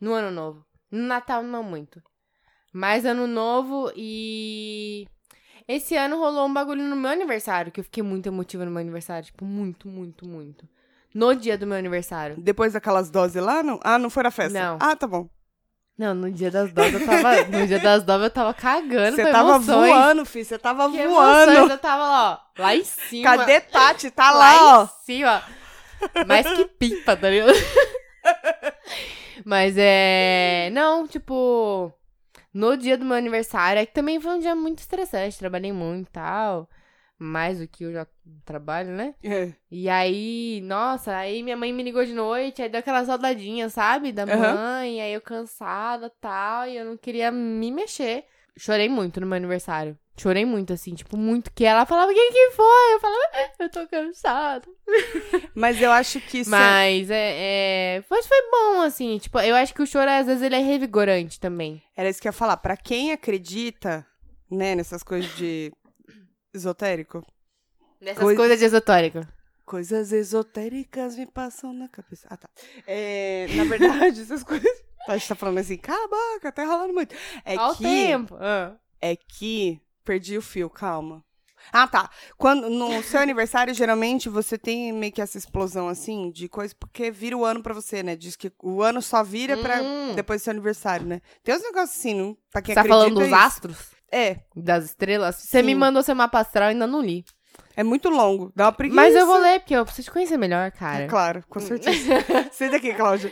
No ano novo. No Natal, não muito. Mas ano novo e. Esse ano rolou um bagulho no meu aniversário, que eu fiquei muito emotiva no meu aniversário. Tipo, muito, muito, muito. No dia do meu aniversário. Depois daquelas doses lá, não? Ah, não foi na festa? Não. Ah, tá bom. Não, no dia das dobras eu tava. no dia das dobras eu tava cagando. Você com tava emoções. voando, filho. Você tava Que voando. emoções, eu tava lá, ó. Lá em cima. Cadê Tati? Tá lá lá, em ó. cima. Mas que pipa, tá ligado? Mas é. Não, tipo. No dia do meu aniversário, é que também foi um dia muito estressante, trabalhei muito e tal. Mais do que eu já trabalho, né? É. E aí, nossa, aí minha mãe me ligou de noite, aí deu aquela saudadinha, sabe? Da Aham. mãe, aí eu cansada e tal, e eu não queria me mexer. Chorei muito no meu aniversário. Chorei muito, assim, tipo, muito. Que ela falava, quem que foi? Eu falava, "É, eu tô cansada. Mas eu acho que isso é- Mas é, é. Mas foi bom, assim. Tipo, eu acho que o choro, às vezes, ele é revigorante também. Era isso que eu ia falar. Pra quem acredita, né, nessas coisas de esotérico, Nessas Coisa- coisas de esotérico. coisas esotéricas me passam na cabeça. Ah, tá. É, na verdade, essas coisas. A gente tá falando assim, cala a boca, tá enrolando muito. É Ao que. tempo. Ah. É que. Perdi o fio, calma. Ah, tá. Quando, no seu aniversário, geralmente você tem meio que essa explosão assim de coisa, porque vira o ano pra você, né? Diz que o ano só vira pra Hum. depois do seu aniversário, né? Tem uns negócios assim, não? pra quem Tá acredita. falando é dos isso. astros? É, Das estrelas? Você me Sim. mandou seu mapa astral, ainda não li. é muito longo. Dá uma preguiça. Mas eu vou ler, porque eu preciso te conhecer melhor, cara. É claro, com certeza. Senta aqui, Cláudia.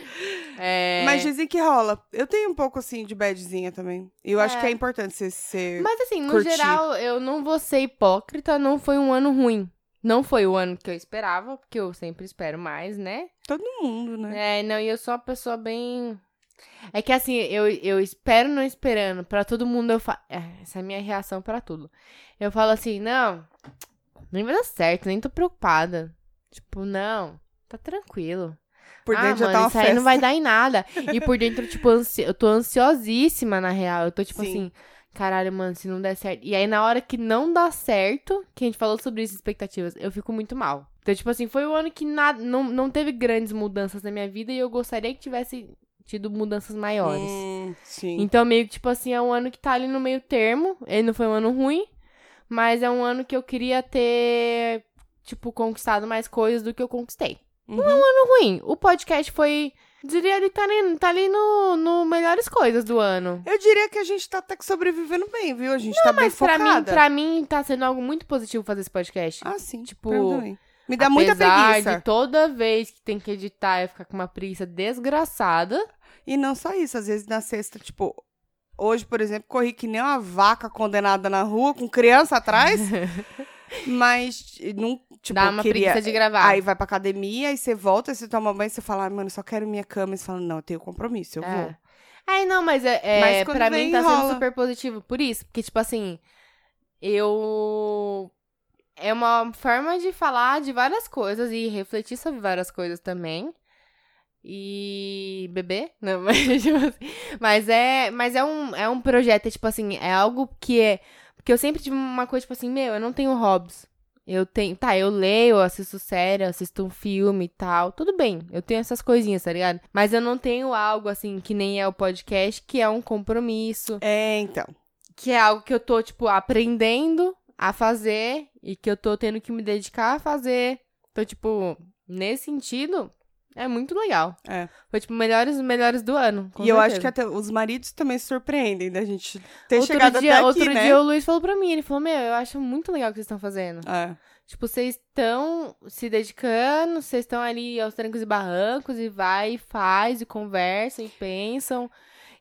É, Mas dizem que rola. Eu tenho um pouco assim de badzinha também. E eu acho É. que é importante você ser. Mas assim, no curti. geral, eu não vou ser hipócrita, não foi um ano ruim. Não foi o ano que eu esperava, porque eu sempre espero mais, né? Todo mundo, né? É, não, e eu sou uma pessoa bem. É que assim, eu, eu espero não esperando. Pra todo mundo eu falo. Essa é a minha reação pra tudo. Eu falo assim, não, nem vai dar certo, nem tô preocupada. Tipo, não, tá tranquilo. Por ah, dentro já mano, tá uma isso festa. aí não vai dar em nada. E por dentro, tipo, ansi- eu tô ansiosíssima, na real. Eu tô, tipo Sim. assim, caralho, mano, se não der certo. E aí, na hora que não dá certo, que a gente falou sobre isso, expectativas, eu fico muito mal. Então, tipo assim, foi um ano que nada, não, não teve grandes mudanças na minha vida e eu gostaria que tivesse tido mudanças maiores. Hum, sim. Então, meio que, tipo assim, é um ano que tá ali no meio termo. Ele não foi um ano ruim, mas é um ano que eu queria ter, tipo, conquistado mais coisas do que eu conquistei Uhum. ruim. O podcast foi. Diria ele tá ali, tá ali no, no melhores coisas do ano. Eu diria que a gente tá até que sobrevivendo bem, viu? A gente tá bem Mas pra focada. mim, pra mim, tá sendo algo muito positivo fazer esse podcast. Ah, sim. tipo, pra mim também. Me dá muita Apesar preguiça. de toda vez que tem que editar eu ficar com uma preguiça desgraçada. E não só isso, às vezes na sexta, tipo, hoje, por exemplo, corri que nem uma vaca condenada na rua com criança atrás. mas não, tipo, dá eu uma queria... preguiça de gravar. Aí vai pra academia, aí você volta, aí você toma banho, você fala, "Ai, mano, só quero minha cama. E você fala, não, eu tenho compromisso, eu É. vou. Ai, não, mas é, é, Mas quando pra vem, mim tá rola. sendo super positivo. Por isso, porque, tipo assim, eu. É uma forma de falar de várias coisas e refletir sobre várias coisas também. E beber? Não, mas, tipo assim, mas é, mas é, um, é um projeto, é, tipo assim, é algo que é. Porque eu sempre tive uma coisa, tipo assim, meu, eu não tenho hobbies. Eu tenho. Tá, eu leio, eu assisto série, eu assisto um filme e tal. Tudo bem, eu tenho essas coisinhas, tá ligado? Mas eu não tenho algo, assim, que nem é o podcast, que é um compromisso. É, então. Que é algo que eu tô, tipo, aprendendo a fazer e que eu tô tendo que me dedicar a fazer. Então, tipo, nesse sentido, é muito legal. É. Foi, tipo, melhores melhores do ano. com e eu acho certeza. que até os maridos também se surpreendem da gente ter outro chegado dia, até aqui, outro né? dia o Luiz falou pra mim, ele falou, meu, eu acho muito legal o que vocês estão fazendo. É. Tipo, vocês estão se dedicando, vocês estão ali aos trancos e barrancos, e vai e faz, e conversam, e pensam.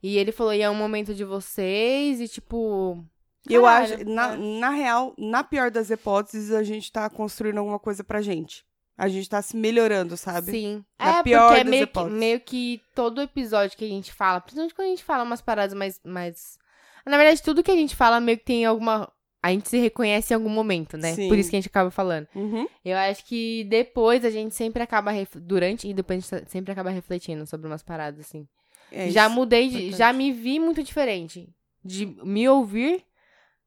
E ele falou, e é um momento de vocês, e tipo. Eu Caralho, acho, na, é. na real, na pior das hipóteses, a gente tá construindo alguma coisa pra gente. A gente tá se melhorando, sabe? Sim. Na é, pior porque é das meio que, hipóteses. meio que todo episódio que a gente fala, principalmente quando a gente fala umas paradas mais, mais. Na verdade, tudo que a gente fala meio que tem alguma. A gente se reconhece em algum momento, né? Sim. Por isso que a gente acaba falando. Uhum. Eu acho que depois a gente sempre acaba ref- durante e depois a gente tá, sempre acaba refletindo sobre umas paradas assim. É já isso. mudei, de, importante. já me vi muito diferente de me ouvir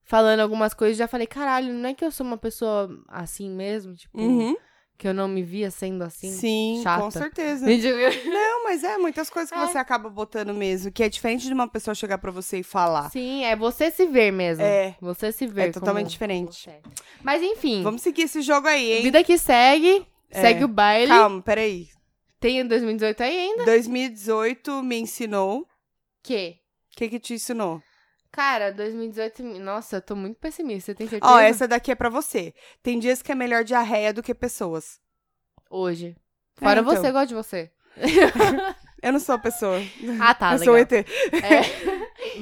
falando algumas coisas, já falei, caralho, não é que eu sou uma pessoa assim mesmo, tipo, Uhum. que eu não me via sendo assim. Sim, com chata. certeza. Sim. Não, mas é muitas coisas que É. você acaba botando mesmo, que é diferente de uma pessoa chegar pra você e falar. Sim, é você se ver mesmo. Ah. É. Você se ver. É totalmente como diferente. você é. Mas enfim, Vamos seguir esse jogo aí, hein? vida que segue, É. segue o baile. Calma, peraí. Tem o 2018 aí ainda. 2018 me ensinou. O Que que que te ensinou? Cara, 2018. me- Nossa, eu tô muito pessimista, tem certeza? Ó, essa daqui é pra você. Tem dias que é melhor diarreia do que pessoas. Hoje. É, Fora então. você, eu gosto de você. Eu não sou pessoa. Ah, tá. eu sou legal. ET.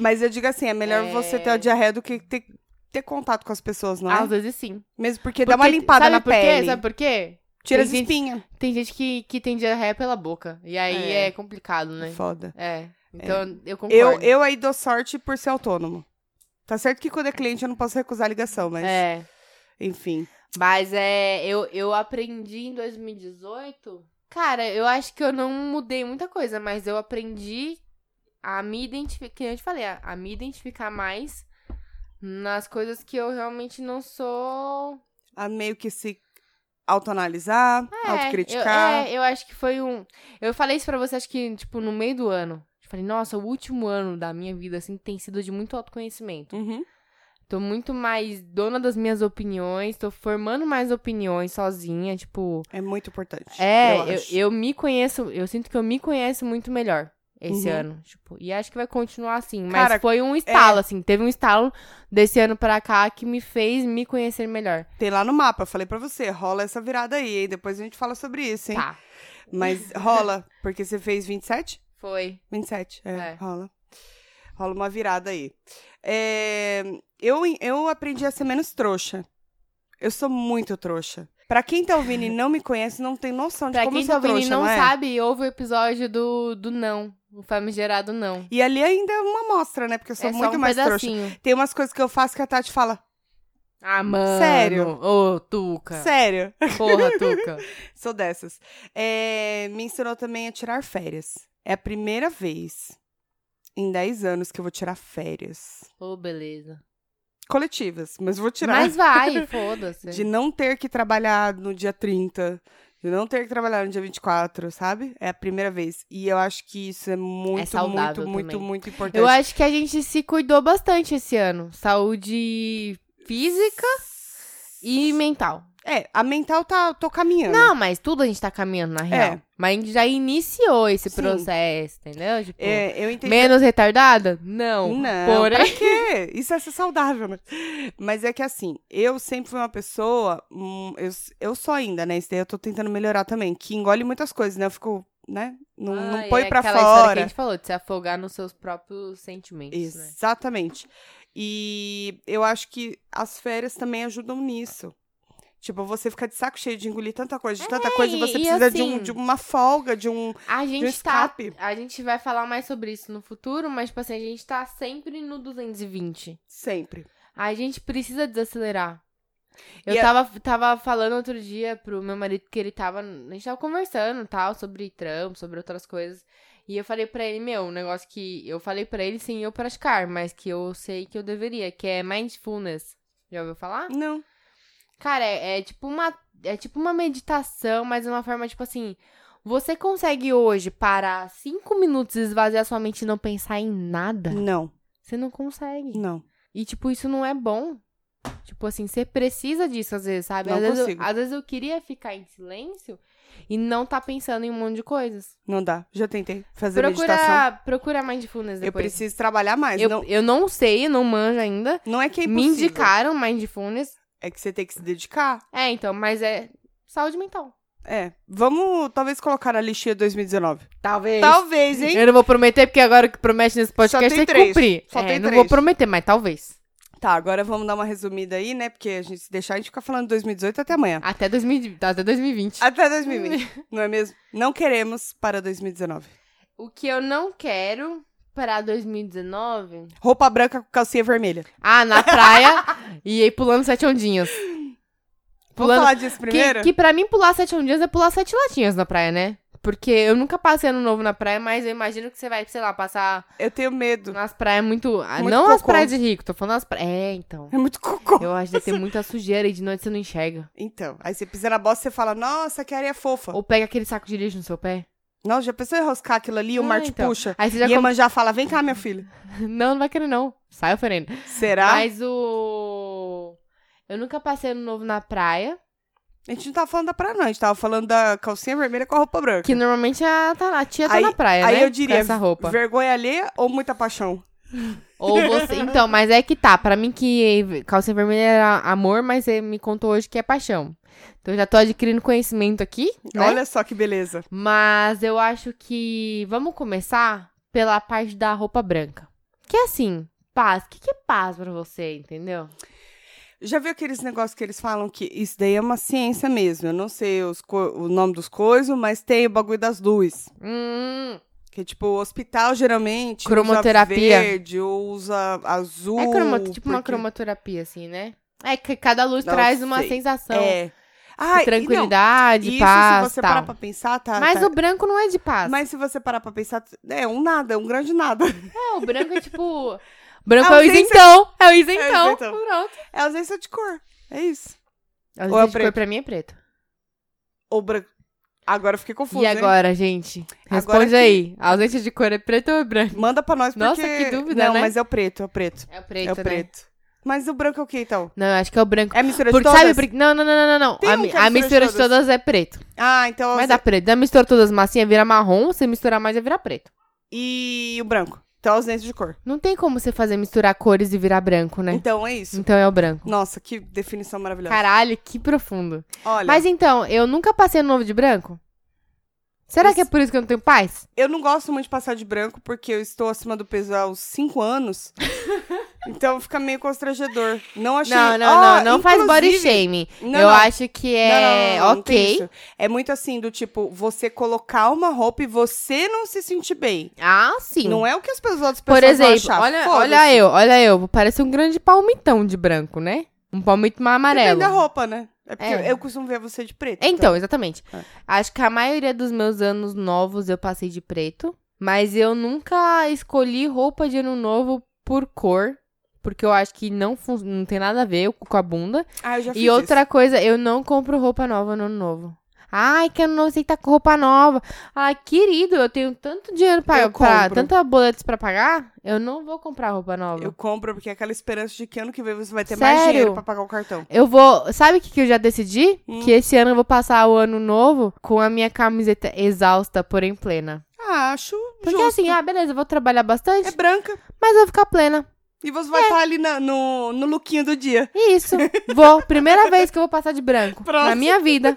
Mas eu digo assim, é melhor É. você ter a diarreia do que ter, ter contato com as pessoas, não é? Às vezes sim. Mesmo porque, dá uma limpada sabe na por pele. Quê? Sabe por quê? Tira Tem as gente- espinhas. Tem gente que, que tem diarreia pela boca. E aí É. é, complicado, né? Foda. É. É. Então, eu concordo. Eu, eu aí dou sorte por ser autônomo. Tá certo que quando é cliente eu não posso recusar a ligação, mas É. enfim. Mas é, eu, eu aprendi em 2018. Cara, eu acho que eu não mudei muita coisa, mas eu aprendi a me identificar. Que eu te falei, a, a me identificar mais nas coisas que eu realmente não sou. A meio que se autoanalisar, É, Eu, autocriticar. é, eu acho que foi um. Eu falei isso pra você, acho que, tipo, no meio do ano. Eu falei, nossa, o último ano da minha vida, assim, tem sido de muito autoconhecimento. Uhum. Tô muito mais dona das minhas opiniões, tô formando mais opiniões sozinha, tipo. É muito importante. É, eu eu, acho. eu me conheço, eu sinto que eu me conheço muito melhor esse Uhum. ano, tipo, e acho que vai continuar assim, mas Cara, é. foi um estalo, assim, teve um estalo desse ano pra cá que me fez me conhecer melhor, Tem lá no mapa, eu falei pra você, rola essa virada aí, hein? Depois a gente fala sobre isso, hein? tá, Mas rola, porque você fez 27? foi, 27, é, É. rola. Rola uma virada aí. É, eu, eu aprendi a ser menos trouxa. Eu sou muito trouxa. Pra quem tá ouvindo e não me conhece, não tem noção de pra como quem eu sou tá ouvindo e trouxa, não não é? sabe, houve o episódio do, do não, o famigerado não, E ali ainda é uma amostra, né? Porque eu sou é só muito um mais trouxa. pedacinho, Tem umas coisas que eu faço que a Tati fala, ah, mano, Sério? ô, Tuca, sério, porra, Tuca, sou dessas. É, me ensinou também a tirar férias. É a primeira vez em 10 anos que eu vou tirar férias. ô, beleza, Coletivas, mas vou tirar. mas vai, foda-se, De não ter que trabalhar no dia 30, de não ter que trabalhar no dia 24, sabe? É a primeira vez. E eu acho que isso é muito, muito, saudável muito, também. muito importante. Eu acho que a gente se cuidou bastante esse ano. Saúde física e mental. É, a mental tá, tô caminhando. Não, mas tudo a gente tá caminhando, na real. Mas já iniciou esse É. Sim. processo, entendeu? Tipo, É, eu entendi. menos retardada? Não. Não, Porém. pra quê? Isso é ser saudável, né? Mas é que assim, eu sempre fui uma pessoa, hum, eu, eu sou ainda, né? Isso daí eu tô tentando melhorar também, que engole muitas coisas, né? Eu fico, né? Não, não Ai, põe é pra aquela história que fora. a gente falou, de se afogar nos seus próprios sentimentos, né? Exatamente. E eu acho que as férias também ajudam nisso. Tipo, você fica de saco cheio de engolir tanta coisa, de tanta coisa, e É, você e precisa de, um, assim- de uma folga, de um. A um gente tá. escape. A gente vai falar mais sobre isso no futuro, mas, tipo assim, a gente tá sempre no 220. Sempre. A gente precisa desacelerar. Eu E a- tava, tava falando outro dia pro meu marido que ele tava. A gente tava conversando e tal, sobre trampo, sobre outras coisas. E eu falei pra ele, meu, um negócio que. Eu falei pra ele sem eu praticar, mas que eu sei que eu deveria, que é mindfulness. Já ouviu falar? Não. Cara, é, é tipo uma. É tipo uma meditação, mas de uma forma, tipo assim. Você consegue hoje parar cinco minutos, esvaziar sua mente e não pensar em nada? Não, Você não consegue. não. E, tipo, isso não é bom. Tipo assim, você precisa disso às vezes, sabe? Não às, vezes eu, consigo. às vezes eu queria ficar em silêncio e não tá pensando em um monte de coisas. Não dá. Já tentei fazer meditação. Procura, procura Mindfulness Eu depois. preciso trabalhar mais. eu, Não, eu não sei, não manjo ainda. não é que é Me impossível. indicaram Mindfulness. É que você tem que se dedicar. É, então, mas é saúde mental. É. Vamos, talvez, colocar a listinha 2019. Talvez. Talvez, hein? É Eu não vou prometer, porque agora o que promete nesse podcast tem é três. cumprir. Só É, tem não três. vou prometer, mas talvez. Tá, agora vamos dar uma resumida aí, né? Porque a gente se deixar, a gente fica falando 2018 até amanhã. Até, 2000, até 2020. Até 2020, não é mesmo? Não queremos para 2019. O que eu não quero pra 2019 Roupa branca com calcinha vermelha. Ah, na praia e aí pulando sete ondinhas. Vamos Pulando. falar disso primeiro? Que, que pra mim pular sete ondinhas é pular sete latinhas na praia, né? Porque eu nunca passei ano novo na praia, mas eu imagino que você vai, sei lá, passar Eu tenho medo. nas praias muito. ah, Muito não as cocô. praias de rico, tô falando as praias. É, então. É muito cocô. Eu acho que tem muita sujeira e de noite você não enxerga. Então, aí você pisa na bosta e você fala, nossa, que areia fofa. Ou pega aquele saco de lixo no seu pé. Nossa, já pensou em enroscar aquilo ali e o Ah, mar te então. puxa? Aí você E já. é a Iemanjá já fala, vem cá, minha filha. come- Não, não vai querer, não. Sai oferendo. Será? Mas o. Eu nunca passei ano novo na praia. A gente não tava falando da praia, não. A gente tava falando da calcinha vermelha com a roupa branca. Que normalmente a, tá- a tia tá Aí- na praia, aí né? eu diria, Com essa roupa. vergonha alheia ou muita paixão? Ou você. Então, mas é que tá. Pra mim que calcinha vermelha era amor, mas você me contou hoje que é paixão. Então eu já tô adquirindo conhecimento aqui. Né? Olha só que beleza. Mas eu acho que. Vamos começar pela parte da roupa branca. Que é assim, paz. O que, que é paz pra você, entendeu? Já viu aqueles negócios que eles falam que isso daí é uma ciência mesmo? Eu não sei os co- o nome dos coisas, mas tem o bagulho das luzes. Hum. Que Que, tipo, o hospital geralmente Cromoterapia. usa verde ou usa azul. É cromo- tipo uma Uh, porque- cromoterapia, assim, né? É que cada luz Não traz uma sei. sensação É. de Ah, tranquilidade, E não, paz, isso, se você tal. parar pra pensar, tá... Mas tá- o branco não é de paz. Mas se você parar pra pensar, é um nada, é um grande nada. É, o branco é tipo... Branco é o Ausência- isentão, é o isentão, isentão. pronto. É ausência de cor. É isso. A Ou é ausência de cor preto? pra mim é preto. Ou branco. Agora eu fiquei confusa, e hein? agora, gente? Agora Responde que- aí. A ausência de cor é preto ou é branco? Manda pra nós, porque... Nossa, que dúvida, Não, né? mas é o preto, é o preto. É o preto, é o preto. Mas o branco é o que, então? Não, eu acho que é o branco. É mistura Porque de todas? sabe por Não, não, não, não, não. Tem A, um mi- que é a mistura de todas. é preto. Ah, então... Mas você- dá preto. Da mistura todas massinha vira marrom, você misturar mais já vira preto. E o branco. Então é ausência de cor. Não tem como você fazer misturar cores e virar branco, né? Então é isso. Então é o branco. Nossa, que definição maravilhosa. Caralho, que profundo. Olha, Mas então, eu nunca passei no novo de branco? Será que é por isso que eu não tenho paz? eu não gosto muito de passar de branco porque eu estou acima do peso há uns 5 anos. então fica meio constrangedor. Não achei. Não, não, Ó, não, não faz body inclusive- shaming. Não, eu não. acho que é Não, não, não, não tem ok. isso. É muito assim, do tipo, você colocar uma roupa e você não se sentir bem. ah, sim. Não é o que as pessoas, outras pessoas Por exemplo, vão achar. olha, Foda-se. olha eu, olha eu. Parece um grande palmitão de branco, né? Um palmito mais Depende amarelo. da roupa, né? É porque É. eu costumo ver você de preto. Então, exatamente. É. Acho que a maioria dos meus anos novos eu passei de preto, mas eu nunca escolhi roupa de ano novo por cor, porque eu acho que não, fun- não tem nada a ver com a bunda. Ah, eu já fiz E outra coisa, eu não compro roupa nova no ano novo. Ai, que eu não sei que tá com roupa nova. Ai, querido, eu tenho tanto dinheiro pra, Eu pra compro. tanta boletos pra pagar, eu não vou comprar roupa nova. isso. Eu compro porque é aquela esperança de que ano que vem você vai ter Sério? mais dinheiro pra pagar o cartão. Eu vou. Sabe o que, que eu já decidi? Hum. Que esse ano eu vou passar o ano novo com a minha camiseta exausta, porém plena. Ah, acho Porque justo. assim, ah, beleza, eu vou trabalhar bastante, É branca mas eu vou ficar plena. e você É. vai estar ali na- no, no lookinho do dia. E isso. vou. Primeira vez que eu vou passar de branco na Próximo. minha vida.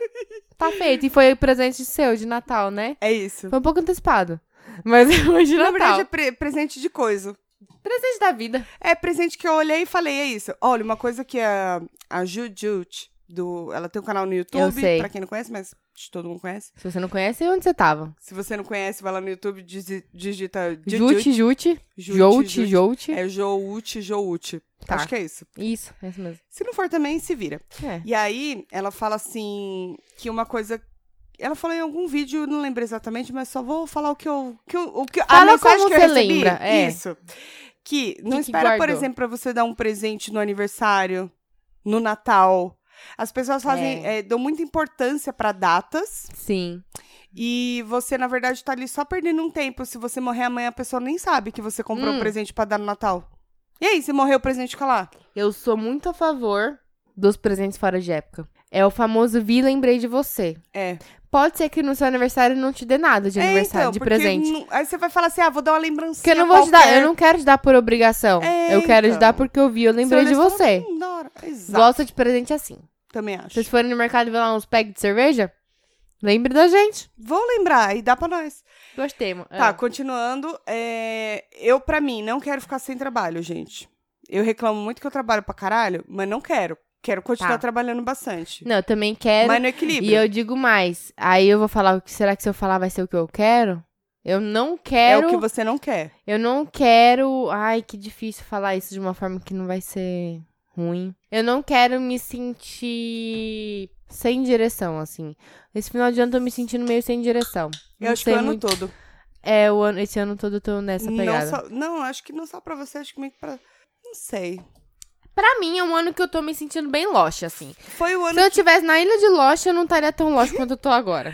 Tá feito. E foi presente seu de Natal, né? É isso. Foi um pouco antecipado. Mas foi de Na Natal. verdade, é pre- presente de coisa. Presente da vida. É presente que eu olhei e falei, é isso. Olha, uma coisa que a, a Jujut, do, ela tem um canal no YouTube, Eu sei. pra quem não conhece, mas todo mundo conhece. Se você não conhece, é onde você tava? Se você não conhece, vai lá no YouTube, dizi- digita Jute, Jujut. Jute. Joute, Jute, Jute. Joute. É Jout, Jout. Tá. Acho que é isso. Isso, é isso mesmo. Se não for também, se vira. É. E aí, ela fala assim, que uma coisa... Ela falou em algum vídeo, eu não lembro exatamente, mas só vou falar o que eu... o Que eu o que, Fala a mensagem como que eu você recebi. lembra, é. Isso. Que não que espera, por guardou? exemplo, pra você dar um presente no aniversário, no Natal. As pessoas fazem, É. eh, dão muita importância pra datas Sim. e você, na verdade, tá ali só perdendo um tempo. Se você morrer amanhã, a pessoa nem sabe que você comprou Hum. um presente pra dar no Natal. E aí, se morrer o presente fica lá? Eu sou muito a favor dos presentes fora de época. É o famoso vi lembrei de você. É. Pode ser que no seu aniversário não te dê nada de É, aniversário, então, de porque presente. não- aí você vai falar assim, ah, vou dar uma lembrancinha Porque eu não vou te dar, qualquer. eu não quero te dar por obrigação. É, eu quero te então. dar porque eu vi, eu lembrei de olha e você. Hum, da hora. Exato. Gosto de presente assim. Também Se acho. vocês forem no mercado e ver lá uns packs de cerveja, lembre da gente. Vou lembrar e dá pra nós. Gostei, mano. Tá, continuando. é, Eu, pra mim, não quero ficar sem trabalho, gente. Eu reclamo muito que eu trabalho pra caralho, mas não quero. Quero continuar Tá. trabalhando bastante. Não, eu também quero. Mas no E equilíbrio. eu digo mais. Aí eu vou falar, o que será que se eu falar vai ser o que eu quero? Eu não É quero. o que você não quer. Eu não quero. Ai, que difícil falar isso de uma forma que não vai ser ruim. Eu não quero me sentir sem direção, assim. Esse final de ano eu tô me sentindo meio sem direção. Eu Não acho que sei o ano muito- todo. É, o ano, esse ano todo eu tô nessa pegada. Não, só... não, acho que não só pra você, acho que meio que pra. Não sei. Pra mim, é um ano que eu tô me sentindo bem loche, assim. Foi o Se ano. eu tivesse na ilha de Lost, eu não estaria tão Lost quanto eu tô agora.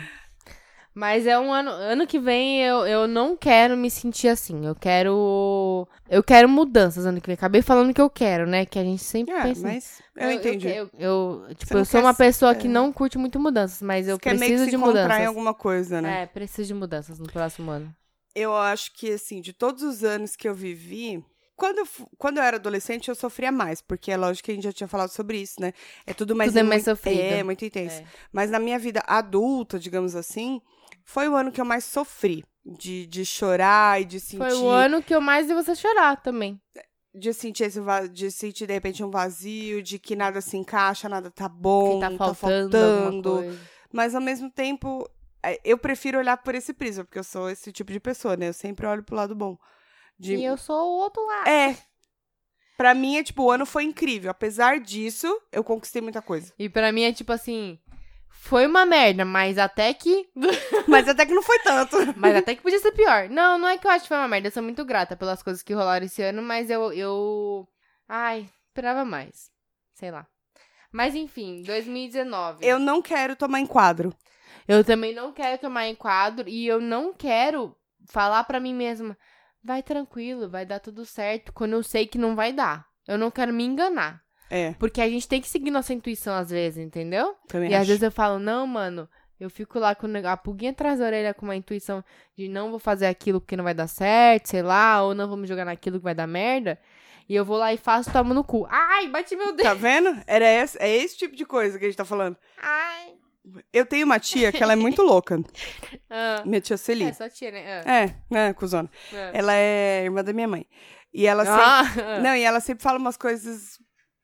Mas é um ano. Ano que vem eu, eu não quero me sentir assim. Eu quero. Eu quero mudanças ano que vem. Acabei falando que eu quero, né? Que a gente sempre É, pensa. assim. mas eu entendi. Eu, eu- tipo, Você não eu sou quer uma se- pessoa que não curte muito mudanças, mas eu Você quer meio que preciso se de encontrar mudanças. em alguma coisa, né? É, preciso de mudanças no próximo ano. Eu acho que, assim, de todos os anos que eu vivi. Quando eu, fu- quando eu era adolescente, eu sofria mais, porque é lógico que a gente já tinha falado sobre isso, né? É tudo mais. Tudo é mui- mais sofrido. É, muito intenso. É. Mas na minha vida adulta, digamos assim, foi o ano que eu mais sofri. De, de chorar e de sentir. Foi o ano que eu mais vi você chorar também. de sentir esse va- de sentir de repente um vazio, de que nada se encaixa, nada tá bom, que tá não faltando, alguma faltando. coisa. mas ao mesmo tempo é, eu prefiro olhar por esse prisma, porque eu sou esse tipo de pessoa, né? Eu sempre olho pro lado bom. De- E eu sou o outro lado. É. Pra mim é tipo, o ano foi incrível. Apesar disso, eu conquistei muita coisa. E pra mim é tipo assim. Foi uma merda, mas até que. Mas até que não foi tanto. Mas até que podia ser pior. Não, não é que eu acho que foi uma merda. Eu sou muito grata pelas coisas que rolaram esse ano, mas eu. eu... Ai, esperava mais. Sei lá. Mas enfim, 2019. Eu não quero tomar enquadro. Eu também não quero tomar enquadro e eu não quero falar pra mim mesma, vai tranquilo, vai dar tudo certo, quando eu sei que não vai dar. Eu não quero me enganar. É, Porque a gente tem que seguir nossa intuição às vezes, entendeu? também E acho. às vezes eu falo, não, mano, eu fico lá com o neg- a pulguinha atrás da orelha com uma intuição de não vou fazer aquilo porque não vai dar certo, sei lá, ou não vou me jogar naquilo que vai dar merda. E eu vou lá e faço, tomo no cu. Ai, bati meu dedo. Tá vendo? Era esse, é esse tipo de coisa que a gente tá falando. Ai. Eu tenho uma tia que ela é muito louca. Ah. Minha tia É, Celi. só tia, né? Ah, É, né, cuzona. ah. Ela é irmã da minha mãe. E ela sempre. Ah, ah. Não, e ela sempre fala umas coisas.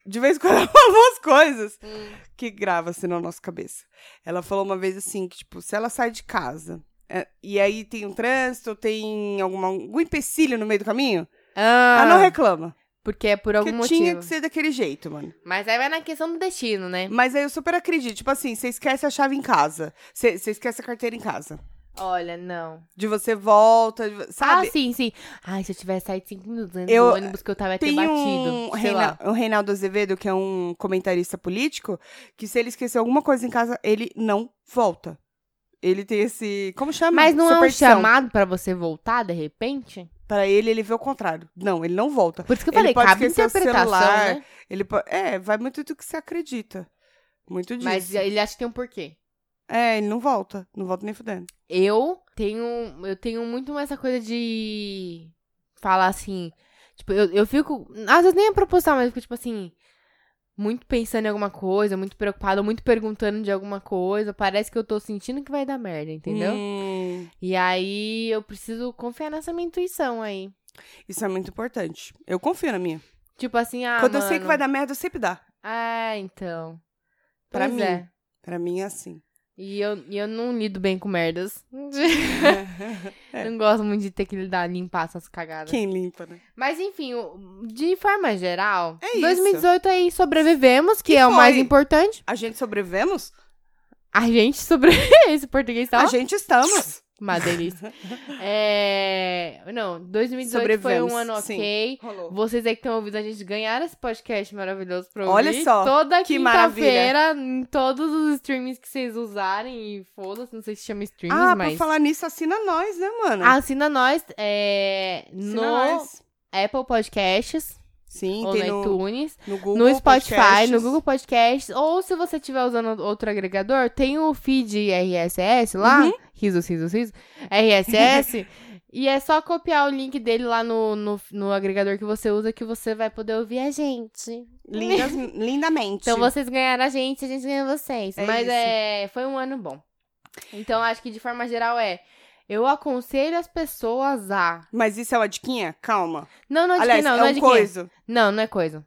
De vez em quando ela fala umas coisas Hum. que grava assim na nossa cabeça. Ela falou uma vez assim: que, tipo, se ela sai de casa é, e aí tem um trânsito, tem alguma, algum empecilho no meio do caminho, Ah, ela não reclama. Porque é por algum porque motivo. tinha que ser daquele jeito, mano. Mas aí vai na questão do destino, né? Mas aí eu super acredito. Tipo assim, você esquece a chave em casa. Você você esquece a carteira em casa. Olha, não. De você volta, de vo- sabe? Ah, sim, sim. Ai, se eu tivesse saído cinco minutos antes Eu- do ônibus que eu tava ia É ter Tem batido. um, sei Reina- lá. um Reinaldo Azevedo, que é um comentarista político, que se ele esquecer alguma coisa em casa, ele não volta. Ele tem esse. Como chama? Mas não é um Superstição. chamado pra você voltar, de repente? Pra ele, ele vê o contrário. Não, ele não volta. Por isso que eu Ele falei, pode cabe esquecer o interpretação, celular, né? Ele po- É, vai muito do que você acredita. Muito disso. Mas ele acha que tem um porquê. É, ele não volta. Não volta nem fudendo. Eu tenho. Eu tenho muito essa coisa de falar assim. Tipo, eu, eu fico. Às vezes nem é proposital, mas eu fico, tipo assim. Muito pensando em alguma coisa, muito preocupada, muito perguntando de alguma coisa. Parece que eu tô sentindo que vai dar merda, entendeu? Hum, E aí eu preciso confiar nessa minha intuição aí. isso é muito importante. Eu confio na minha. Tipo assim, ah. Quando eu sei que mano, vai dar merda, eu sempre dá. Ah, então. Pra Pois mim. é. Pra mim é assim. E eu, e eu não lido bem com merdas. É. Não gosto muito de ter que lidar, limpar essas cagadas. Quem limpa, né? Mas enfim, o- de forma geral, É isso. 2018 aí sobrevivemos, que, Que é o mais foi? importante. A gente sobrevivemos? A gente sobreviveu. Esse português tá A gente estamos. uma delícia. é... Não, 2018 foi Sobrevivemos, um ano sim. ok. Rolou. Vocês aí que estão ouvindo a gente ganhar esse podcast maravilhoso pra ouvir. Olha só, Toda que quinta-feira, em todos os streams que vocês usarem. E foda-se, não sei se chama streams, Ah, mas... pra falar nisso, assina nós, né, mano? Assina nós é, assina no nós. Apple Podcasts Sim, ou tem no no, iTunes, no Google né, no Spotify, Podcasts. no Google Podcasts, ou se você estiver usando outro agregador, tem o feed RSS lá, Uhum. risos, risos, risos, RSS, e é só copiar o link dele lá no, no, no agregador que você usa que você vai poder ouvir a gente. Lindas, lindamente. Então vocês ganharam a gente, a gente ganhou vocês. Tipo É Mas isso. é, foi um ano bom. Então acho que de forma geral é, eu aconselho as pessoas a Mas isso é uma diquinha? Calma. Não, não é de Aliás, quem, não, é não um é de quem. coisa. Não, não é coisa.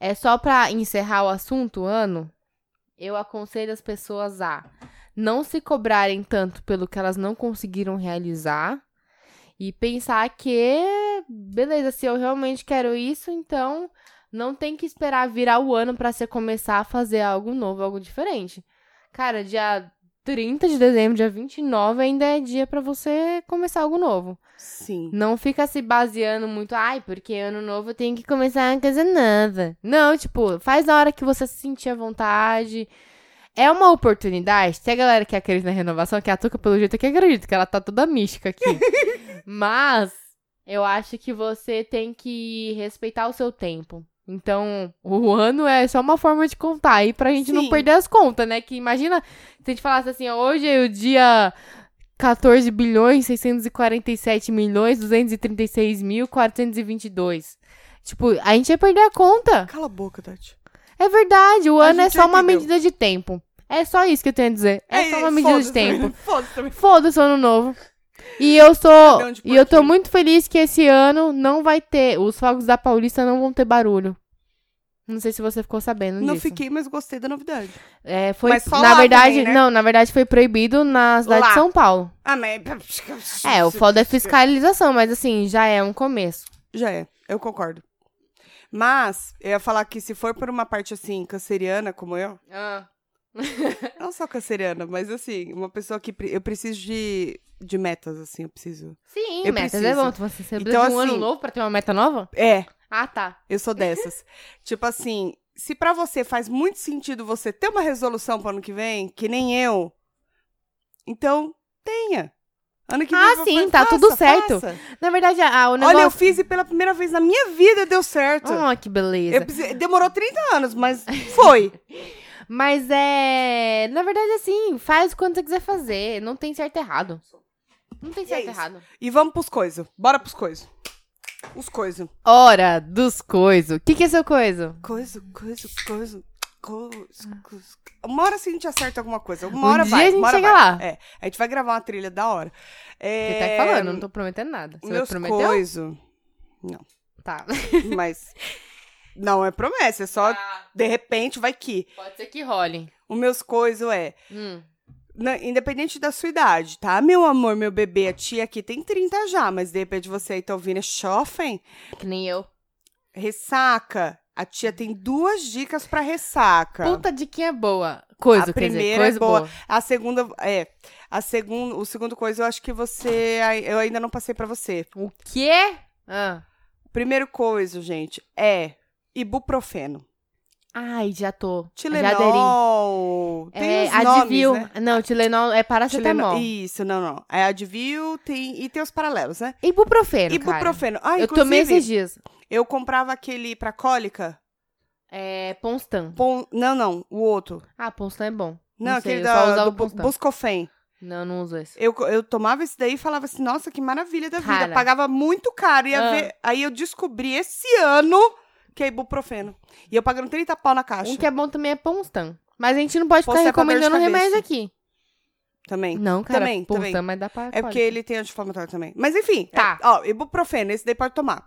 É só pra encerrar o assunto, ano, eu aconselho as pessoas a não se cobrarem tanto pelo que elas não conseguiram realizar e pensar que, beleza, se eu realmente quero isso, então não tem que esperar virar o ano pra você começar a fazer algo novo, algo diferente. Cara, dia 30 de dezembro, dia 29 ainda é dia pra você começar algo novo. Sim. Não fica se baseando muito, ai, porque ano novo eu tenho que começar uma coisa nova. Não, tipo, faz na hora que você se sentir à vontade. É uma oportunidade. Tem a galera que acredita na renovação, que a Tuca, pelo jeito, que acredita, que ela tá toda mística aqui. Mas eu acho que você tem que respeitar o seu tempo. Então, o ano é só uma forma de contar aí pra gente não Sim. perder as contas, né? Que imagina se a gente falasse assim, ó, hoje é o dia 14 bilhões, 647 milhões, 236 mil, 422. Tipo, a gente ia perder a conta. Cala a boca, Tati. É verdade, o A ano é gente só já uma entendeu. medida de tempo. É só isso que eu tenho a dizer. É, só uma medida de foda-se. tempo. Foda-se também. Foda-se o ano novo. E eu sou. Perdão um de E eu tô porquinho. muito feliz que esse ano não vai ter. Os fogos da Paulista não vão ter barulho. Não sei se você ficou sabendo Não disso. fiquei, mas gostei da novidade. É, foi, Mas só na lá verdade, também, né? não, na verdade foi proibido na cidade Lá. de São Paulo. Ah, mas... É, o foda é fiscalização, mas assim, já é um começo. Já é, eu concordo. Mas, eu ia falar que se for por uma parte, assim, canceriana, como eu... Não só canceriana, mas, assim, uma pessoa que... pre- Eu preciso de, de metas, assim, eu preciso... Sim, Eu metas é preciso. bom. Você precisa Então, de um ano assim- novo pra ter uma meta nova? É, Ah, tá. eu sou dessas. tipo assim, se pra você faz muito sentido você ter uma resolução pro ano que vem, que nem eu, então, tenha. Ano que Ah, vem... sim, vai- tá faça, tudo certo. faça. Na verdade, a, o Olha, eu negócio... fiz e pela primeira vez na minha vida deu certo. Olha, que beleza. Eu precisei- demorou 30 anos, mas foi. Mas é. Na verdade, assim, faz quando você quiser fazer. Não tem certo e errado. Não tem é certo e isso. errado. e vamos pros coisas. Bora pros coisas. Os coisas. Hora dos coisos. O que, que é seu coiso? Coisa, coisa, coisa. Coisa, coisa. Uma hora sim a gente acerta alguma coisa. Uma hora um vai. dia a gente uma hora chega vai. lá. É, a gente vai gravar uma trilha da hora. É, Você tá falando, não tô prometendo nada. Você meus prometeu? coisas. Tá. Mas. Não é promessa, é só de repente vai que. Ah, Pode ser que role. O meus coisas é. Hum. na- independente da sua idade, tá? Meu amor, meu bebê, a tia aqui tem 30 já, mas de repente você aí tá ouvindo é chofen, Que nem eu. ressaca. A tia tem duas dicas pra ressaca. Puta de quem é boa. Coisa, A quer dizer, primeira é coisa boa. boa. A segunda é, a segunda, o segundo coisa eu acho que você ai- eu ainda não passei pra você. O quê? Ah. Primeiro coisa, gente, é ibuprofeno. Ai, já tô. Tilenol. Tem é, os Advil. nomes, né? Não, Tilenol é paracetamol. Tilenol. Isso, não, não. É Advil, tem e tem os paralelos, né? Ibuprofeno, cara. Ibuprofeno. Ah, eu inclusive, tomei esses dias. Eu comprava aquele pra cólica. É, Ponstan. Pon- Não, não, o outro. Ah, Ponstan é bom. Não, Não sei, aquele eu só da, usava do o Bu- Constan. Buscofen. Não, não uso esse. Eu, co- eu tomava esse daí e falava assim, nossa, que maravilha da vida. Cara. Pagava muito caro. Ia Ah. ver- Aí eu descobri esse ano que é ibuprofeno. E eu pagando 30 pau na caixa Um que é bom também é Ponstan. Mas a gente não pode ficar Ponstan é pra dor de recomendando cabeça. remédio aqui. também. Não, cara. Também, Ponstan, também. mas dá pra... É porque ele tem anti-inflamatório também. Mas enfim, Tá. é- ó, ibuprofeno, esse daí pode tomar.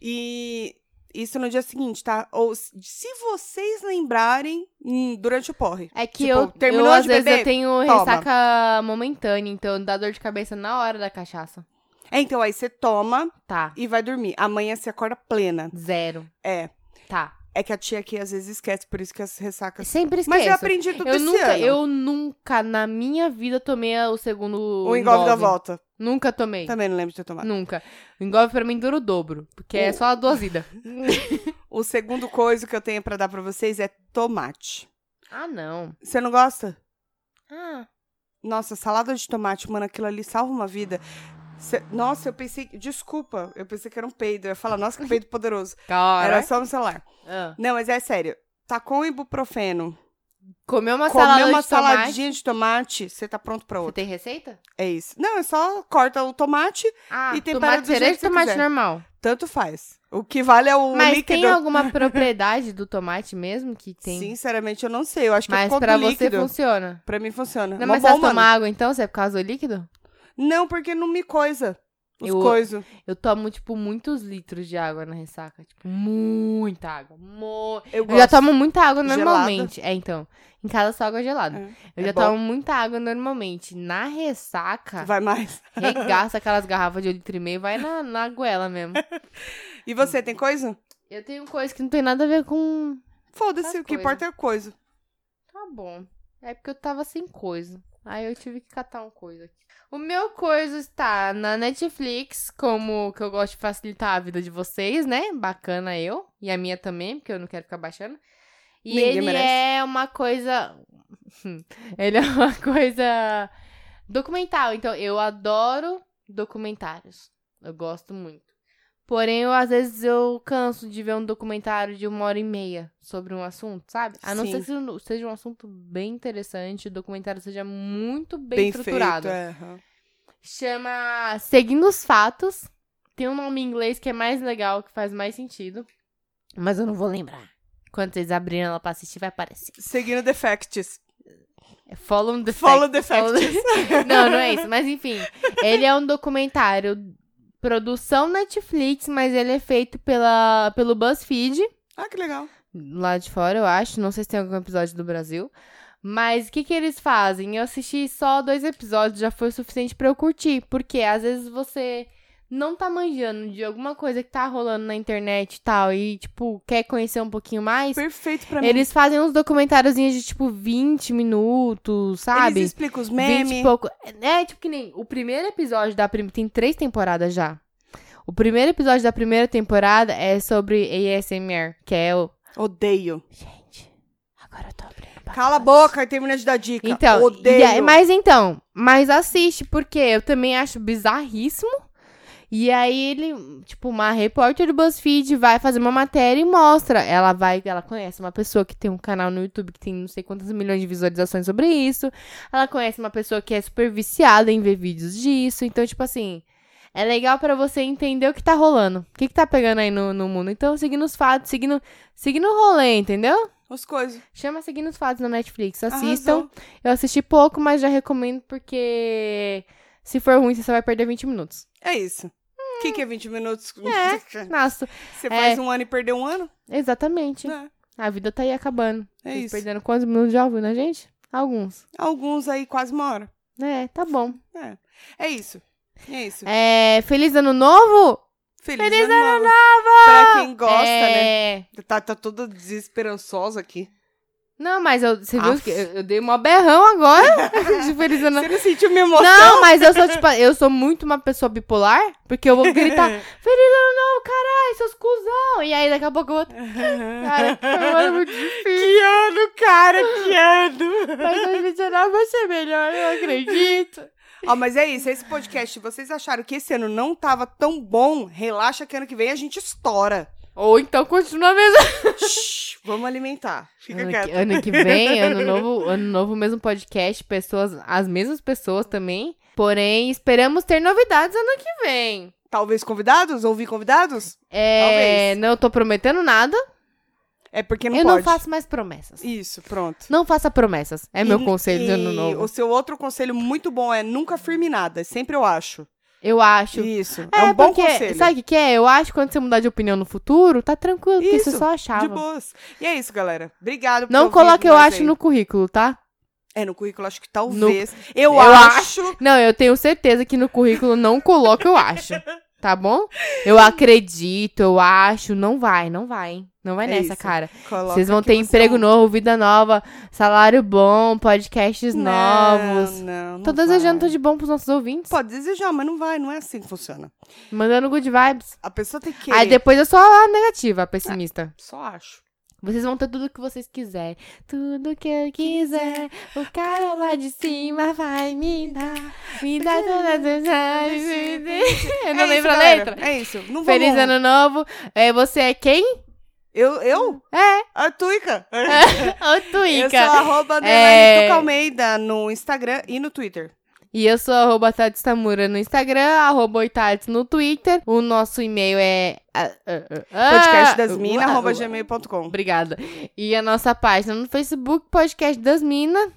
E isso no dia seguinte, tá? Ou se se vocês lembrarem, hum, durante o porre. É que Tipo, eu, terminou eu, de às vezes, beber? eu tenho Toma. ressaca momentânea, então dá dor de cabeça na hora da cachaça. É, então aí você toma Tá. e vai dormir. Amanhã você acorda plena. Zero. É. Tá. É que a tia aqui às vezes esquece, por isso que as ressacas. Sempre esqueço. Mas eu aprendi tudo eu esse nunca, ano. eu nunca na minha vida tomei o segundo O Um engolve da volta. Nunca tomei. Também não lembro de ter tomado. Nunca. O engolve pra mim dura o dobro, porque é O- só a dozida. O segundo coisa que eu tenho pra dar pra vocês é tomate. ah, não. Você não gosta? Ah. Nossa, salada de tomate, mano, aquilo ali salva uma vida. Cê- Nossa, eu pensei. Desculpa, eu pensei que era um peido. Eu ia falar, nossa, que peido poderoso. Cara. Era só no celular. Ah. Não, mas é sério. Tacou ibuprofeno. Comeu uma Comeu salada uma de tomate. saladinha de tomate, você tá pronto pra Você outra. tem receita? É isso. Não, é só corta o tomate, Ah, E tem para tomate do jeito cereja que e você tomate quiser. normal. tanto faz. O que vale é o Mas líquido. tem alguma propriedade do tomate mesmo que tem? Sinceramente, eu não sei. Eu acho que é por Mas conta pra do você líquido. funciona. Pra mim funciona. Não, Mó mas se bom, você mano. tomar água então, você é por causa do líquido? Não, porque não me coisa. Os Eu- coisos. Eu tomo, tipo, muitos litros de água na ressaca. Tipo, muita água. Mu... Eu, Eu já gosto. tomo muita água Gelada. normalmente. É, então. Em casa só água gelada. É. Eu É já bom. tomo muita água normalmente. Na ressaca, Vai mais. regaça aquelas garrafas de um litro e meio, vai na, na goela mesmo. E você, tem coisa? Eu tenho coisa que não tem nada a ver com. Foda-se, Faz o que coisa. importa é coisa. Tá bom. É porque eu tava sem coisa. Aí eu tive que catar um coisa aqui. O meu coisa está na Netflix, como que eu gosto de facilitar a vida de vocês, né? Bacana eu. E a minha também, porque eu não quero ficar baixando. E Ninguém ele merece. é uma coisa. ele é uma coisa documental. Então, eu adoro documentários. Eu gosto muito. Porém, eu, às vezes eu canso de ver um documentário de uma hora e meia sobre um assunto, sabe? A não Sim. ser que seja um- seja um assunto bem interessante, o documentário seja muito bem, Bem, estruturado. feito. É. aham. Chama Seguindo os Fatos. Tem um nome em inglês que é mais legal, que faz mais sentido. Mas eu não vou lembrar. Quando vocês abrirem ela pra assistir, vai aparecer. Seguindo the facts. É Follow the Follow Facts. the facts. Não, não é isso. Mas enfim, ele é um documentário produção Netflix, mas ele é feito pela, pelo BuzzFeed. ah, que legal. lá de fora, eu acho. Não sei se tem algum episódio do Brasil. Mas o que, que eles fazem? Eu assisti só dois episódios, já foi o suficiente pra eu curtir. Porque às vezes você não tá manjando de alguma coisa que tá rolando na internet e tal, e, tipo, quer conhecer um pouquinho mais. Perfeito pra mim. Eles fazem uns documentáriozinhos de, tipo, 20 minutos, sabe? Eles explicam os 20 e memes. pouco. É, tipo que nem o primeiro episódio da primeira. Tem três temporadas já. O primeiro episódio da primeira temporada é sobre ASMR, que é o. Odeio. Gente, agora eu tô abrindo. pacote. Cala a boca e termina de dar dica. Então, Odeio. e aí- mas então, mas assiste, porque eu também acho bizarríssimo. E aí ele, tipo, uma repórter do BuzzFeed vai fazer uma matéria e mostra. Ela vai, ela conhece uma pessoa que tem um canal no YouTube que tem não sei quantas milhões de visualizações sobre isso. Ela conhece uma pessoa que é super viciada em ver vídeos disso. Então, tipo assim, é legal pra você entender o que tá rolando. O que, que tá pegando aí no, no mundo. Então, seguindo os fatos, seguindo, seguindo o rolê, entendeu? As coisas. Chama Seguindo os Fatos na Netflix. Assistam. Assistam. Eu assisti pouco, mas já recomendo porque se for ruim, você só vai perder 20 minutos. É isso. O que, que é 20 minutos? É. Nossa, Você faz um ano e perdeu um ano? exatamente. É, A vida tá aí acabando. é Vocês isso. Perdendo quantos minutos de áudio, né, gente? Alguns. Alguns aí quase uma hora. É, tá bom. É, é isso. É isso. É, feliz ano novo? Feliz, ano novo. Pra quem gosta, né? é... Tá, tá toda desesperançosa aqui. Não, mas eu, você viu Aff. que eu, eu dei um mó berrão agora de feliz ano Você não sentiu minha emoção? Não, mas eu sou tipo, eu sou muito uma pessoa bipolar, porque eu vou gritar, feliz ano novo, caralho, seus cuzão. E aí daqui a pouco eu vou Cara, que ano muito difícil. que ano, cara, que ano! Mas 2019 vai ser melhor, eu acredito. Ó, mas é isso, esse podcast, se vocês acharam que esse ano não tava tão bom, relaxa que ano que vem a gente estoura. Ou então continua mesmo. Shhh, vamos alimentar. Fica Ano que, quieto. ano que vem, ano novo, ano novo, mesmo podcast, pessoas, as mesmas pessoas também. Porém, esperamos ter novidades ano que vem. Talvez convidados? Ouvir convidados? É, Talvez. não tô prometendo nada. É porque não eu pode. não faço mais promessas. Isso, pronto. Não faça promessas. É meu E- conselho de e ano novo. O seu outro conselho muito bom é nunca firme nada, sempre eu acho. Eu acho. Isso, é, um bom porque, conselho. sabe o que que é? Eu acho que quando você mudar de opinião no futuro, tá tranquilo, porque você Isso, só achava. De boas. E é isso, galera. Obrigado por Não ouvir coloque eu nós acho aí. no currículo, tá? É, no currículo acho que talvez. Eu, Eu acho. Não, eu tenho certeza que no currículo não coloca eu acho. Tá bom? Eu acredito, eu acho. Não vai, não vai, hein? Não vai É nessa, isso. cara. Coloca Vocês vão que ter você emprego é um- novo, vida nova, salário bom, podcasts Não, novos. Não, não Tô vai. desejando tudo de bom pros nossos ouvintes. Pode desejar, mas não vai, não é assim que funciona. Mandando good vibes. A pessoa tem que. Aí depois eu sou a negativa, a pessimista. Só acho. Vocês vão ter tudo que vocês quiserem. Tudo que eu quiser, o cara lá de cima vai me dar. Me dá todas as... Eu não É isso, lembro a galera. letra. É isso. Não vamos. Feliz ano novo. É, você é quem? Eu? eu? É, A Tuica. o Eu sou Twica. arroba É. Adelaine Tuca Almeida no Instagram e no Twitter. E eu sou arroba Tati Tamura no Instagram, arroba Oitates no Twitter. O nosso e-mail é... Ah, Podcast das minas minas, arroba gmail.com. Obrigada. E a nossa página no Facebook, Podcast das Minas.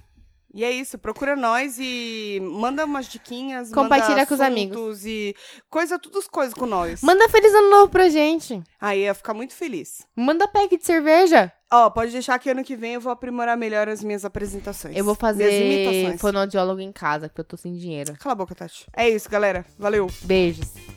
E é isso, procura nós e manda umas diquinhas, Compartilha manda com os amigos. assuntos e coisa, todas as coisas com nós. Manda feliz ano novo pra gente. Aí eu ia ficar muito feliz. Manda pack de cerveja. Ó, pode deixar que ano que vem eu vou aprimorar melhor as minhas apresentações. Eu vou Minhas fazer imitações. fonoaudiólogo em casa, porque eu tô sem dinheiro. Cala a boca, Tati. É isso, galera. Valeu. Beijos.